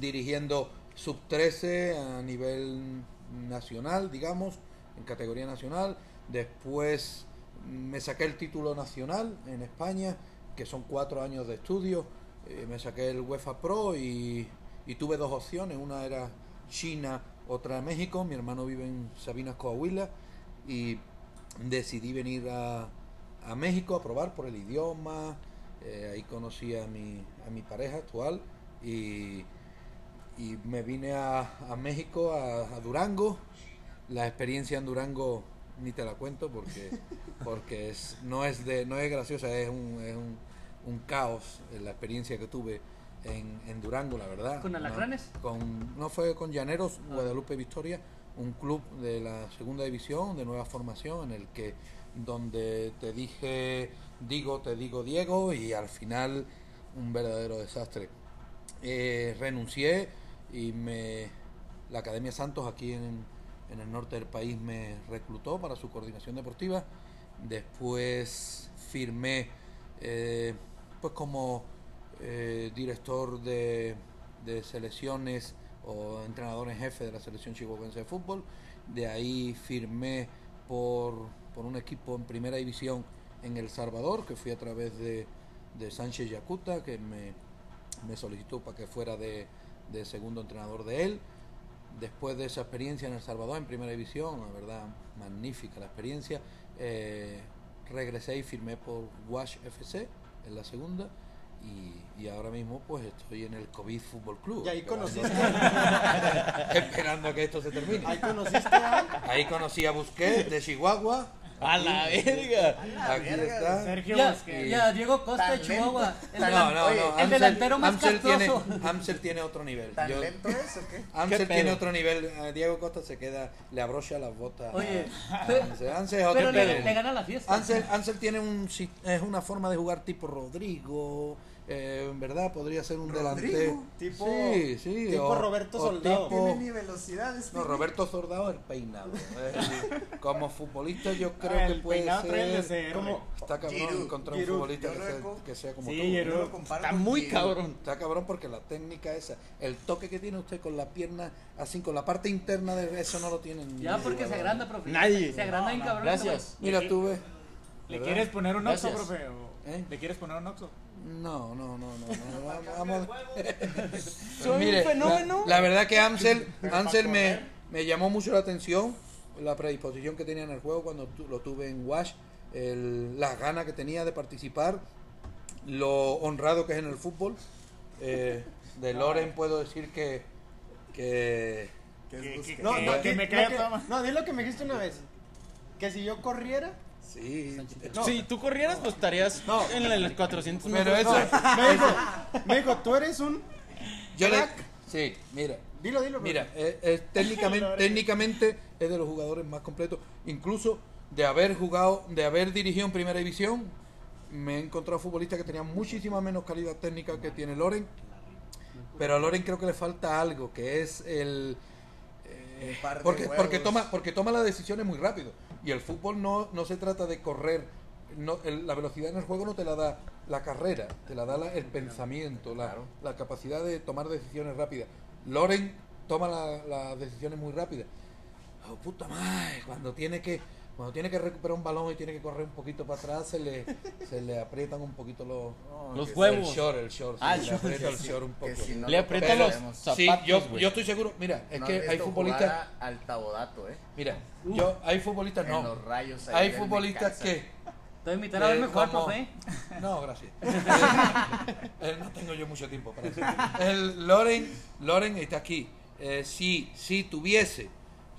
Speaker 5: dirigiendo sub 13 a nivel nacional, digamos, en categoría nacional. Después me saqué el título nacional en España, que son cuatro años de estudio. Eh, me saqué el UEFA Pro y, y tuve dos opciones. Una era China, otra México. Mi hermano vive en Sabinas, Coahuila. Y decidí venir a, a México a probar por el idioma. Eh, ahí conocí a mi, a mi pareja actual y, y me vine a, a México, a, a Durango. La experiencia en Durango ni te la cuento porque, porque es, no, es de, no es graciosa, es un, es un, un caos eh, la experiencia que tuve en, en Durango, la verdad.
Speaker 3: ¿Con
Speaker 5: No-
Speaker 3: alacranes? Ah.
Speaker 5: con, no fue con Llaneros, Guadalupe Victoria, un club de la segunda división, de nueva formación, en el que donde te dije digo, te digo Diego y al final un verdadero desastre. Eh, renuncié y me la Academia Santos aquí en, en el norte del país me reclutó para su coordinación deportiva. Después firmé eh, pues como eh, director de, de selecciones o entrenador en jefe de la selección chihuahuense de fútbol. De ahí firmé por, por un equipo en primera división en El Salvador, que fui a través de, de Sánchez Yacuta, que me, me solicitó para que fuera de, de segundo entrenador de él. Después de esa experiencia en El Salvador, en primera división, la verdad, magnífica la experiencia, eh, regresé y firmé por Wash FC en la segunda. Y, y ahora mismo pues estoy en el COVID Fútbol Club.
Speaker 6: Y ahí
Speaker 5: esperando-
Speaker 6: conociste-
Speaker 5: esperando a que esto se termine.
Speaker 6: Ahí conociste a...
Speaker 5: Ahí conocí a Busquets de Chihuahua.
Speaker 1: A la verga.
Speaker 5: Aquí está.
Speaker 2: Sergio
Speaker 3: Ya,
Speaker 2: Busquets.
Speaker 3: ya, Diego Costa, de
Speaker 8: Talento.
Speaker 3: Chihuahua. El,
Speaker 5: No,
Speaker 3: delan-
Speaker 5: no, no.
Speaker 3: el
Speaker 5: Amsel-
Speaker 3: delantero más
Speaker 5: Amsel tiene,
Speaker 3: castroso.
Speaker 5: Amsel tiene otro nivel.
Speaker 8: ¿Tan
Speaker 5: Yo-
Speaker 8: lento es o qué?
Speaker 1: ¿Qué
Speaker 5: Amsel
Speaker 1: pedo?
Speaker 5: tiene otro nivel. Eh, Diego Costa se queda, le abrocha las botas.
Speaker 3: Oye,
Speaker 5: a
Speaker 3: pe-
Speaker 5: Amsel. Amsel es otro
Speaker 3: pero le,
Speaker 5: nivel.
Speaker 3: le gana la fiesta.
Speaker 5: Ansel, Ansel tiene un, si- es una forma de jugar tipo Rodrigo, eh, en verdad podría ser un delantero.
Speaker 6: Tipo-
Speaker 5: sí, sí,
Speaker 6: tipo Roberto Soldado.
Speaker 5: tipo-
Speaker 9: Tiene mi velocidad. este.
Speaker 5: no, Roberto Soldado es el peinado. Eh, como futbolista yo creo
Speaker 2: Ah,
Speaker 5: que
Speaker 2: el
Speaker 5: puede
Speaker 2: peinado trae el
Speaker 5: ser...
Speaker 2: deseo, güey.
Speaker 6: Como...
Speaker 5: Está cabrón
Speaker 8: Giroud,
Speaker 5: encontrar un
Speaker 6: Giroud,
Speaker 5: futbolista
Speaker 8: yo
Speaker 5: que
Speaker 8: lo
Speaker 5: sea,
Speaker 8: eco.
Speaker 5: que sea como
Speaker 2: Sí,
Speaker 5: tú.
Speaker 2: Giroud.
Speaker 8: Yo lo comparo
Speaker 1: Está
Speaker 8: con
Speaker 1: muy
Speaker 8: Giroud.
Speaker 1: cabrón.
Speaker 5: Está cabrón porque la técnica esa, el toque que tiene usted con la pierna, así con la parte interna de eso no lo tienen.
Speaker 3: Ya, porque se agranda, profe.
Speaker 1: Nadie.
Speaker 3: Se agranda bien cabrón.
Speaker 1: Gracias.
Speaker 5: Mira, tú ves.
Speaker 2: ¿Le
Speaker 5: ¿verdad?
Speaker 2: quieres poner un oxo,
Speaker 1: Gracias.
Speaker 2: profe? o-
Speaker 5: ¿Eh?
Speaker 2: ¿Le quieres poner un oxo?
Speaker 5: No, no, no, no. no, vamos- vamos-
Speaker 1: Soy un
Speaker 5: Mire, la-
Speaker 1: fenómeno.
Speaker 5: La, verdad que Ansel, Ansel me, me llamó mucho la atención la predisposición que tenía en el juego cuando tu- lo tuve en Wash, el- las ganas que tenía de participar, lo honrado que es en el fútbol. Eh, de Loren puedo decir que, que
Speaker 8: Que es Busquets.
Speaker 6: No,
Speaker 2: Que-
Speaker 6: no,
Speaker 2: que
Speaker 6: di-
Speaker 2: me
Speaker 6: lo
Speaker 2: caiga
Speaker 6: que-
Speaker 2: toda ma-
Speaker 6: No, di lo que me dijiste una vez. Que si yo corriera...
Speaker 5: sí,
Speaker 6: No,
Speaker 1: Si tú corrieras, pues estarías
Speaker 6: No.
Speaker 1: en el 400
Speaker 5: pero
Speaker 1: metros.
Speaker 5: eso,
Speaker 6: me dijo, me dijo, tú eres un...
Speaker 5: yo le,
Speaker 6: Crack.
Speaker 5: sí, mira,
Speaker 6: Dilo, dilo. profe.
Speaker 5: Mira, eh, eh, técnicamente, técnicamente es de los jugadores más completos. Incluso de haber jugado, de haber dirigido en primera división, me he encontrado futbolistas que tenían muchísima menos calidad técnica que tiene Loren. Pero a Loren creo que le falta algo, que es el... eh,
Speaker 8: El par de
Speaker 5: porque, porque,
Speaker 8: huevos.
Speaker 5: toma, porque toma las decisiones muy rápido. Y el fútbol no, no se trata de correr. No, el- la velocidad en el juego no te la da la carrera, te la da la- el pensamiento, la, la capacidad de tomar decisiones rápidas. Loren toma la- las decisiones muy rápidas. Oh, puta madre, cuando tiene que cuando tiene que recuperar un balón y tiene que correr un poquito para atrás, se le, se le aprietan un poquito los,
Speaker 8: No,
Speaker 1: Los
Speaker 8: que-
Speaker 1: huevos.
Speaker 5: el short, el short.
Speaker 1: Ah,
Speaker 5: sí,
Speaker 1: el
Speaker 5: le
Speaker 1: short,
Speaker 5: aprieta
Speaker 8: que
Speaker 5: el
Speaker 8: sí,
Speaker 5: short un poco.
Speaker 8: que si no
Speaker 1: Le
Speaker 8: lo
Speaker 1: aprieta los
Speaker 8: conocemos.
Speaker 1: zapatos,
Speaker 5: Sí, yo,
Speaker 1: güey.
Speaker 5: yo estoy seguro. Mira, es
Speaker 8: No has
Speaker 5: que hay
Speaker 8: visto
Speaker 5: futbolistas.
Speaker 8: jugar a- Al Tabodato, ¿eh?
Speaker 5: Mira, yo, hay futbolistas
Speaker 8: En
Speaker 5: no.
Speaker 8: los rayos ahí
Speaker 5: Hay
Speaker 8: él me
Speaker 5: futbolistas
Speaker 8: cansa.
Speaker 5: que.
Speaker 3: Te voy a invitar a verme
Speaker 5: eh,
Speaker 3: jugar,
Speaker 5: como-
Speaker 3: profe.
Speaker 5: No, gracias. Eh, no tengo yo mucho tiempo para eso. El Loren, Loren está aquí. Eh, si, si tuviese,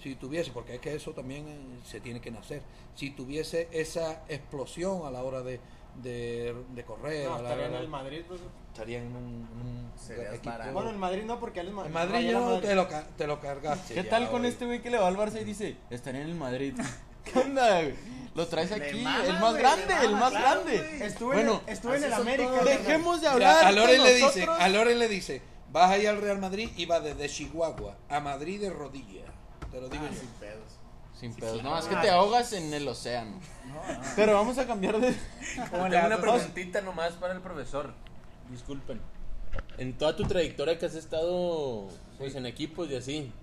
Speaker 5: si tuviese, porque es que eso también eh, se tiene que nacer, si tuviese esa explosión a la hora de, de, de correr,
Speaker 6: No,
Speaker 5: a Eh, la
Speaker 6: estaría en
Speaker 5: hora-
Speaker 6: el Madrid. profe.
Speaker 5: estaría en un, en un
Speaker 8: Serías
Speaker 5: equipo-
Speaker 8: barato.
Speaker 6: Bueno, en Madrid no, porque él es ma-
Speaker 5: Ah, En Madrid
Speaker 6: Rayo
Speaker 5: yo
Speaker 6: Madrid.
Speaker 5: te lo, ca- te lo cargaste.
Speaker 1: ¿Qué
Speaker 5: ya,
Speaker 1: tal con
Speaker 5: güey.
Speaker 1: este güey que le va al Barça y dice, estaré en el Madrid? ¿Qué onda, güey? Lo traes
Speaker 8: Le
Speaker 1: aquí,
Speaker 8: mama,
Speaker 1: el más
Speaker 8: güey,
Speaker 1: grande,
Speaker 8: le
Speaker 1: el
Speaker 5: Ah,
Speaker 8: mama,
Speaker 1: más
Speaker 8: claro,
Speaker 1: grande.
Speaker 8: güey.
Speaker 6: Estuve
Speaker 1: Bueno,
Speaker 6: en el, estuve en
Speaker 8: así
Speaker 6: el
Speaker 8: son
Speaker 6: América.
Speaker 8: todos.
Speaker 6: profe.
Speaker 1: Dejemos de
Speaker 5: Ya,
Speaker 1: hablar.
Speaker 5: a Loren
Speaker 1: de
Speaker 5: le dice,
Speaker 1: nosotros.
Speaker 5: a Loren le dice, vas allá al Real Madrid y vas desde Chihuahua a Madrid de rodillas. Te lo digo
Speaker 8: Ah,
Speaker 5: yo.
Speaker 8: sin pedos.
Speaker 1: Sin pedos, no, es que te ahogas en el océano. Pero vamos a cambiar de.
Speaker 2: Como
Speaker 7: Tengo
Speaker 2: la-
Speaker 7: una preguntita nomás para el profesor. Disculpen. En toda tu trayectoria que has estado pues en equipos y así.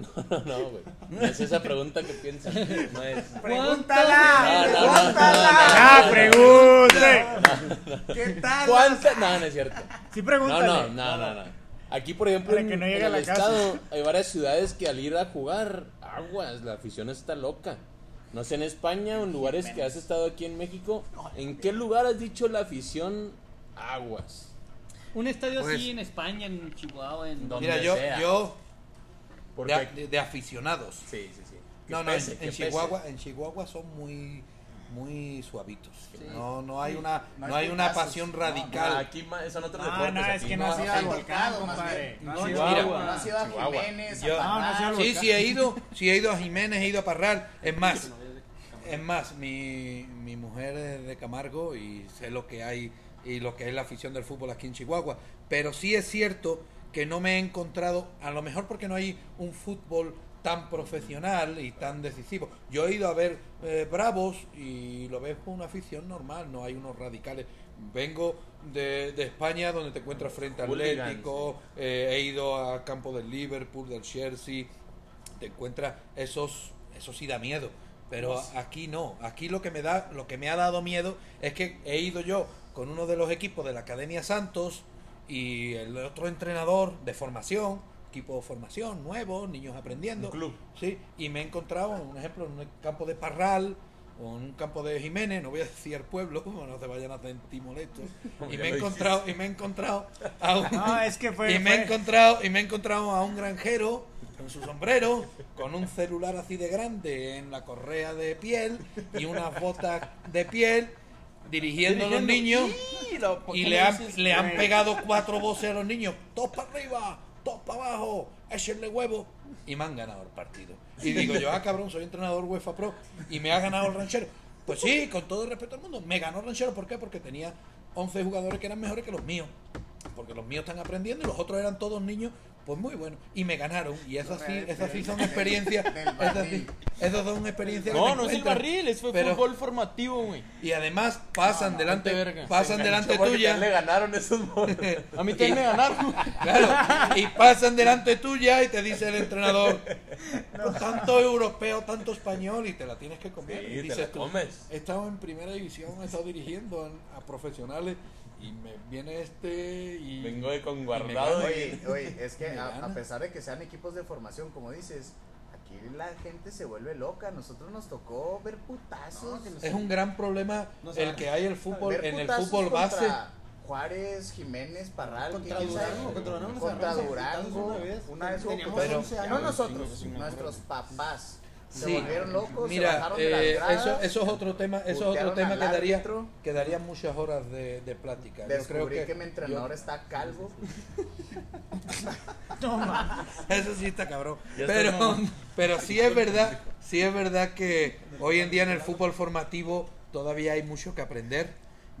Speaker 7: No, no, no, güey. No es esa pregunta que piensas. No es.
Speaker 8: ¡Pregúntala!
Speaker 7: No, no, no,
Speaker 8: ¡Pregúntala!
Speaker 2: ¡Ah, pregunte!
Speaker 8: ¿Qué tal?
Speaker 7: ¿Cuánta? No, no es cierto.
Speaker 2: Sí,
Speaker 7: No,
Speaker 2: pregúntale.
Speaker 7: no, no, no, no. Aquí, por ejemplo,
Speaker 2: Para
Speaker 7: en,
Speaker 2: que no llegue
Speaker 7: en
Speaker 2: a
Speaker 7: el
Speaker 2: la casa.
Speaker 7: estado hay varias ciudades que al ir a jugar, aguas, la afición está loca. No sé, en España o en lugares que has estado aquí en México, ¿en qué lugar has dicho la afición aguas?
Speaker 3: Un estadio
Speaker 5: Pues-
Speaker 3: así en España, en Chihuahua, en
Speaker 7: Donde-
Speaker 5: Mira, yo,
Speaker 7: sea.
Speaker 5: yo de,
Speaker 7: Porque
Speaker 5: a- de- de aficionados.
Speaker 7: Sí, sí, sí. Que
Speaker 5: No, no,
Speaker 7: pese,
Speaker 5: en,
Speaker 7: que
Speaker 5: en
Speaker 7: pese.
Speaker 5: Chihuahua, en Chihuahua son muy muy suavitos. No, no hay
Speaker 3: Sí.
Speaker 5: una,
Speaker 8: No
Speaker 5: no,
Speaker 8: hay
Speaker 5: hay una
Speaker 8: putazos.
Speaker 5: pasión
Speaker 8: No,
Speaker 7: No,
Speaker 5: radical.
Speaker 7: aquí ma- son otros
Speaker 2: No,
Speaker 7: deportes.
Speaker 2: no, es
Speaker 7: aquí.
Speaker 2: que no
Speaker 5: no,
Speaker 2: ha sido
Speaker 5: ha
Speaker 2: al
Speaker 8: volcado,
Speaker 2: volcán,
Speaker 8: más
Speaker 2: compadre.
Speaker 8: bien.
Speaker 2: No,
Speaker 3: No,
Speaker 2: Chihuahua.
Speaker 5: mira,
Speaker 8: No ha sido a
Speaker 7: Chihuahua.
Speaker 8: Jiménez,
Speaker 5: Yo-
Speaker 8: a Parral.
Speaker 2: No, no ha sido
Speaker 5: Sí, sí he ido, sí he ido a Jiménez, he ido a Parral. Es más, es más, mi, mi mujer es de Camargo y sé lo que hay y lo que es la afición del fútbol aquí en Chihuahua. Pero sí es cierto que no me he encontrado, a lo mejor porque no hay un fútbol tan profesional y tan decisivo. Yo he ido a ver eh, Bravos y lo ves con una afición normal, no hay unos radicales. Vengo de, de España donde te encuentras frente al
Speaker 7: Hooligans.
Speaker 5: Atlético, eh, he ido a campo del Liverpool, del Chelsea, te encuentras esos eso sí da miedo pero
Speaker 7: Pues
Speaker 5: a- aquí no aquí lo que me da lo que me ha dado miedo es que he ido yo con uno de los equipos de la academia Santos y el otro entrenador de formación equipo de formación nuevo niños aprendiendo
Speaker 7: Un club.
Speaker 5: sí y me he encontrado un ejemplo en un campo de Parral o en un campo de Jiménez no voy a decir el pueblo como no se vayan a sentir molestos y me
Speaker 7: ya
Speaker 5: he
Speaker 7: lo Ah,
Speaker 5: encontrado y me he encontrado a un-
Speaker 2: No, es que fue-
Speaker 5: y me he
Speaker 2: fue-
Speaker 5: encontrado y me he encontrado a un granjero con su sombrero con un celular así de grande en la correa de piel y unas botas de piel dirigiendo a los niños y le han, le han pegado cuatro voces a los niños dos para arriba dos para abajo échenle huevo y me han ganado el partido y digo yo ah cabrón soy entrenador UEFA Pro y me ha ganado el ranchero pues sí con todo el respeto al mundo me ganó el ranchero ¿por qué? porque tenía 11 jugadores que eran mejores que los míos porque los míos están aprendiendo y los otros eran todos niños, pues muy buenos. Y me ganaron. Y esas sí, esas sí son experiencias. Esas sí, esas son experiencias. que
Speaker 1: No,
Speaker 5: te
Speaker 1: no es el
Speaker 5: encuentras.
Speaker 1: barril, es fue
Speaker 5: Pero-
Speaker 1: fútbol formativo, güey.
Speaker 5: Y además pasan delante,
Speaker 1: ponte verga.
Speaker 5: pasan delante
Speaker 7: Le
Speaker 5: tuya.
Speaker 7: ganaron esos monos.
Speaker 1: A mí también me ganaron.
Speaker 5: Claro, y pasan delante tuya y te dice el entrenador, tanto europeo, tanto español, y te la tienes que comer.
Speaker 7: Sí,
Speaker 5: y
Speaker 7: te
Speaker 5: dices
Speaker 7: la
Speaker 5: tú,
Speaker 7: comes.
Speaker 5: He estado en primera división, he estado dirigiendo a, a profesionales, y me viene este y...
Speaker 7: Vengo de con
Speaker 5: guardado
Speaker 7: guardado.
Speaker 8: Oye, oye, es que
Speaker 5: Me
Speaker 8: a, a
Speaker 5: gana.
Speaker 8: pesar de que sean equipos de formación, como dices, aquí la gente se vuelve loca. A nosotros nos tocó ver putazos.
Speaker 5: Es un gran problema
Speaker 6: No
Speaker 5: el
Speaker 6: sabe.
Speaker 5: que hay el fútbol
Speaker 8: ver
Speaker 5: en el
Speaker 8: putazos
Speaker 5: fútbol
Speaker 8: contra
Speaker 5: base.
Speaker 8: Juárez, Jiménez, Parral,
Speaker 6: Contra
Speaker 8: ¿quién sabe?
Speaker 6: Durango, contra Durango nos
Speaker 8: Contra
Speaker 6: agarramos a
Speaker 8: Durango,
Speaker 6: putazos una vez.
Speaker 8: Una vez hubo
Speaker 6: Teníamos
Speaker 8: putazos.
Speaker 6: 11 años.
Speaker 8: No nosotros, nuestros papás. Se
Speaker 5: Sí.
Speaker 8: volvieron locos, se
Speaker 5: Mira,
Speaker 8: bajaron
Speaker 5: eh,
Speaker 8: de las gradas.
Speaker 5: eso, eso es otro tema, eso es otro
Speaker 8: Putearon
Speaker 5: tema
Speaker 8: al
Speaker 5: que daría,
Speaker 8: árbitro.
Speaker 5: que daría muchas horas de, de plática. Yo
Speaker 8: Descubrí
Speaker 5: creo
Speaker 8: que,
Speaker 5: que,
Speaker 8: mi entrenador está calvo.
Speaker 2: Toma.
Speaker 5: Eso sí está cabrón.
Speaker 7: Ya está
Speaker 5: Pero,
Speaker 7: mamando.
Speaker 5: pero sí es verdad, sí es verdad que hoy en día en el fútbol formativo todavía hay mucho que aprender.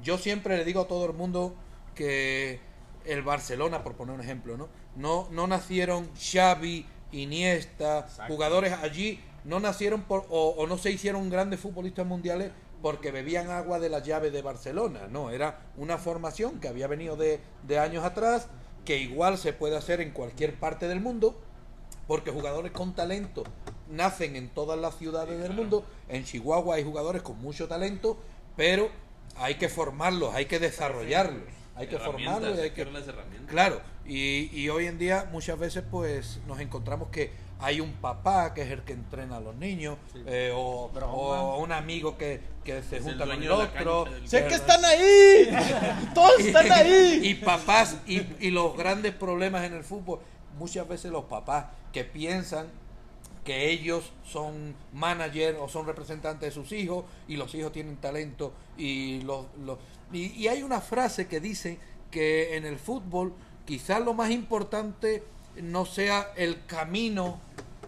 Speaker 5: Yo siempre le digo a todo el mundo que el Barcelona, por poner un ejemplo, ¿no? No, no nacieron Xavi, Iniesta, jugadores allí, no nacieron por, o, o no se hicieron grandes futbolistas mundiales porque bebían agua de la llave de Barcelona, no, era una formación que había venido de, de años atrás, que igual se puede hacer en cualquier parte del mundo, porque jugadores con talento nacen en todas las ciudades del mundo. En Chihuahua hay jugadores con mucho talento, pero hay que formarlos, hay que desarrollarlos, hay que formarlos y hay que...
Speaker 7: las herramientas.
Speaker 5: Claro, y, y hoy en día muchas veces pues nos encontramos que hay un papá que es el que entrena a los niños, eh, o, o un amigo que, que se
Speaker 7: Es el
Speaker 5: junta con el
Speaker 7: dueño de la
Speaker 5: otro.
Speaker 7: cancha del-
Speaker 1: Sé que están ahí. Todos están ahí.
Speaker 5: Y papás, y, y los grandes problemas en el fútbol, muchas veces los papás que piensan que ellos son manager o son representantes de sus hijos y los hijos tienen talento y los, los- y, y hay una frase que dice que en el fútbol quizás lo más importante no sea el camino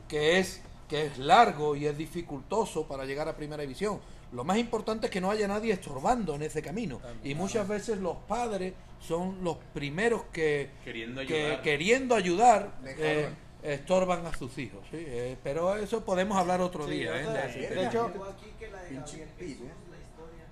Speaker 5: que es que es largo y es dificultoso para llegar a primera división. Lo más importante es que no haya nadie estorbando en ese camino. Y muchas veces los padres son los primeros que,
Speaker 7: Queriendo
Speaker 5: que
Speaker 7: ayudar.
Speaker 5: queriendo ayudar
Speaker 8: Dejaron.
Speaker 5: eh, estorban a sus hijos. ¿sí? Eh, pero eso podemos hablar otro
Speaker 6: Sí,
Speaker 5: día. ¿eh?
Speaker 6: o sea,
Speaker 5: De-
Speaker 6: de hecho,
Speaker 9: Llegó aquí que la de Gabriel Jesús, la historia.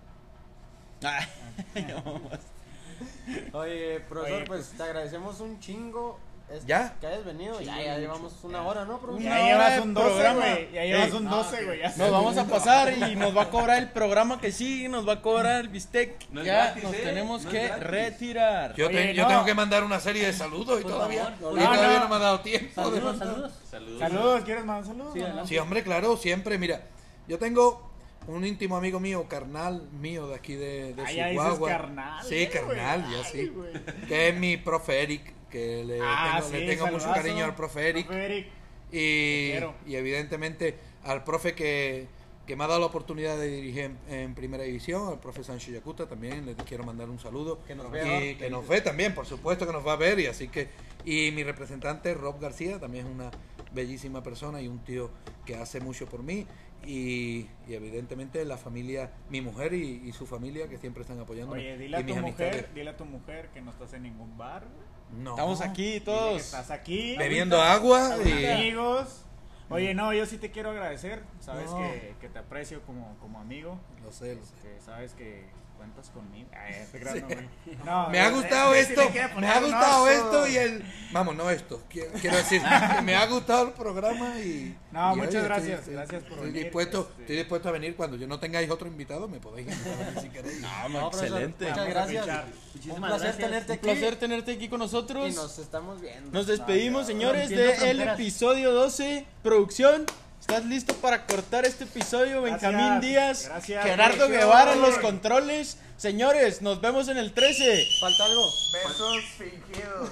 Speaker 6: Oye, profesor,
Speaker 2: Oye,
Speaker 6: pues te agradecemos un chingo. es-
Speaker 5: ¿Ya?
Speaker 6: Que hayas venido.
Speaker 2: Sí,
Speaker 6: ya,
Speaker 2: ya
Speaker 6: ya
Speaker 2: mucho.
Speaker 6: llevamos una
Speaker 2: Ya.
Speaker 6: hora, ¿no,
Speaker 2: Ya
Speaker 6: profesor?
Speaker 2: llevas
Speaker 1: de
Speaker 2: un 12,
Speaker 1: programa.
Speaker 2: güey. Ya llevas
Speaker 1: Ey,
Speaker 2: un 12, güey. ya
Speaker 1: Nos
Speaker 2: sé.
Speaker 1: vamos a pasar y nos va a cobrar el programa que sigue, nos va a cobrar el bistec.
Speaker 7: No es
Speaker 1: ya
Speaker 7: gratis,
Speaker 1: nos
Speaker 7: ¿eh?
Speaker 1: tenemos
Speaker 7: No es
Speaker 1: que
Speaker 7: gratis.
Speaker 1: retirar.
Speaker 5: Yo,
Speaker 2: Oye,
Speaker 5: te- yo
Speaker 2: no.
Speaker 5: tengo que mandar una serie de saludos y
Speaker 3: Por
Speaker 5: todavía,
Speaker 3: favor.
Speaker 5: y
Speaker 2: No,
Speaker 5: todavía
Speaker 2: no.
Speaker 5: no me ha dado tiempo. de
Speaker 3: Saludos,
Speaker 5: mandar.
Speaker 3: saludos.
Speaker 7: Saludos.
Speaker 2: Saludos, ¿quieres más saludos?
Speaker 3: Sí,
Speaker 2: o
Speaker 3: eh,
Speaker 2: no?
Speaker 3: adelante.
Speaker 5: Sí, hombre, claro, siempre. Mira, yo tengo un íntimo amigo mío, carnal mío de aquí de, de
Speaker 2: Ah, ya dices
Speaker 5: Chihuahua.
Speaker 2: carnal,
Speaker 5: Sí,
Speaker 2: eh,
Speaker 5: carnal,
Speaker 2: güey.
Speaker 5: ya
Speaker 2: Ay,
Speaker 5: sí.
Speaker 2: güey.
Speaker 5: Que es mi profe Eric, que le
Speaker 2: Ah,
Speaker 5: tengo,
Speaker 2: sí,
Speaker 5: le tengo mucho
Speaker 2: saludazo.
Speaker 5: cariño al profe Eric.
Speaker 2: Profe Eric.
Speaker 5: Y,
Speaker 2: quiero.
Speaker 5: y evidentemente al profe que, que me ha dado la oportunidad de dirigir en, en primera división, al profe Sancho Yacuta también, le quiero mandar un saludo.
Speaker 6: Que nos
Speaker 5: Y
Speaker 6: vea.
Speaker 5: que nos ve también, por supuesto que nos va a ver. Y así que, y mi representante Rob García también es una bellísima persona y un tío que hace mucho por mí. Y, y evidentemente la familia, mi mujer y, y su familia que siempre están apoyando.
Speaker 2: Oye, dile a
Speaker 5: y
Speaker 2: tu
Speaker 5: mis amistades.
Speaker 2: mujer, dile a tu mujer que no estás en ningún bar, güey.
Speaker 5: No.
Speaker 1: Estamos aquí
Speaker 2: Dile que
Speaker 1: todos.
Speaker 2: estás aquí.
Speaker 5: bebiendo agua
Speaker 2: Con
Speaker 5: y
Speaker 2: amigos. Oye, no, yo sí te quiero agradecer. Sabes
Speaker 8: No.
Speaker 2: que, que te aprecio como, como amigo.
Speaker 5: Lo sé, lo sé.
Speaker 2: Este, sabes que cuentas conmigo. Ay, te creas, no, güey. No,
Speaker 5: Me ha
Speaker 2: eh,
Speaker 5: gustado
Speaker 2: eh, sí
Speaker 5: esto,
Speaker 2: le quiero
Speaker 5: me
Speaker 2: poner
Speaker 5: ha
Speaker 2: un
Speaker 5: gustado
Speaker 2: oso.
Speaker 5: esto y el... Vamos, no esto, quiero, quiero decir, me ha gustado el programa y...
Speaker 2: No,
Speaker 5: y,
Speaker 2: muchas
Speaker 5: estoy-
Speaker 2: gracias,
Speaker 5: estoy-
Speaker 2: gracias por
Speaker 5: estoy
Speaker 2: venir,
Speaker 5: Dispuesto,
Speaker 2: este.
Speaker 5: Estoy dispuesto a venir cuando yo no tengáis otro invitado, me podéis invitar a mí si queréis.
Speaker 6: No, profesor,
Speaker 1: Excelente.
Speaker 6: Muchas
Speaker 2: Vamos a
Speaker 6: gracias.
Speaker 2: pichar.
Speaker 6: Un
Speaker 9: Muchísimas
Speaker 6: placer
Speaker 9: gracias.
Speaker 6: tenerte
Speaker 1: Un
Speaker 6: aquí.
Speaker 1: placer tenerte aquí con nosotros.
Speaker 6: Y nos estamos viendo.
Speaker 1: Nos despedimos, señores, del
Speaker 6: Rompiendo fronteras.
Speaker 1: episodio 12. Producción, ¿estás listo para cortar este episodio?
Speaker 2: Gracias,
Speaker 1: Benjamín Díaz,
Speaker 2: gracias,
Speaker 1: Gerardo
Speaker 2: producción.
Speaker 1: Guevara en los controles. Señores, nos vemos en el 13.
Speaker 6: Falta algo.
Speaker 9: Besos fingidos.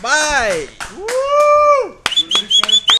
Speaker 1: Bye.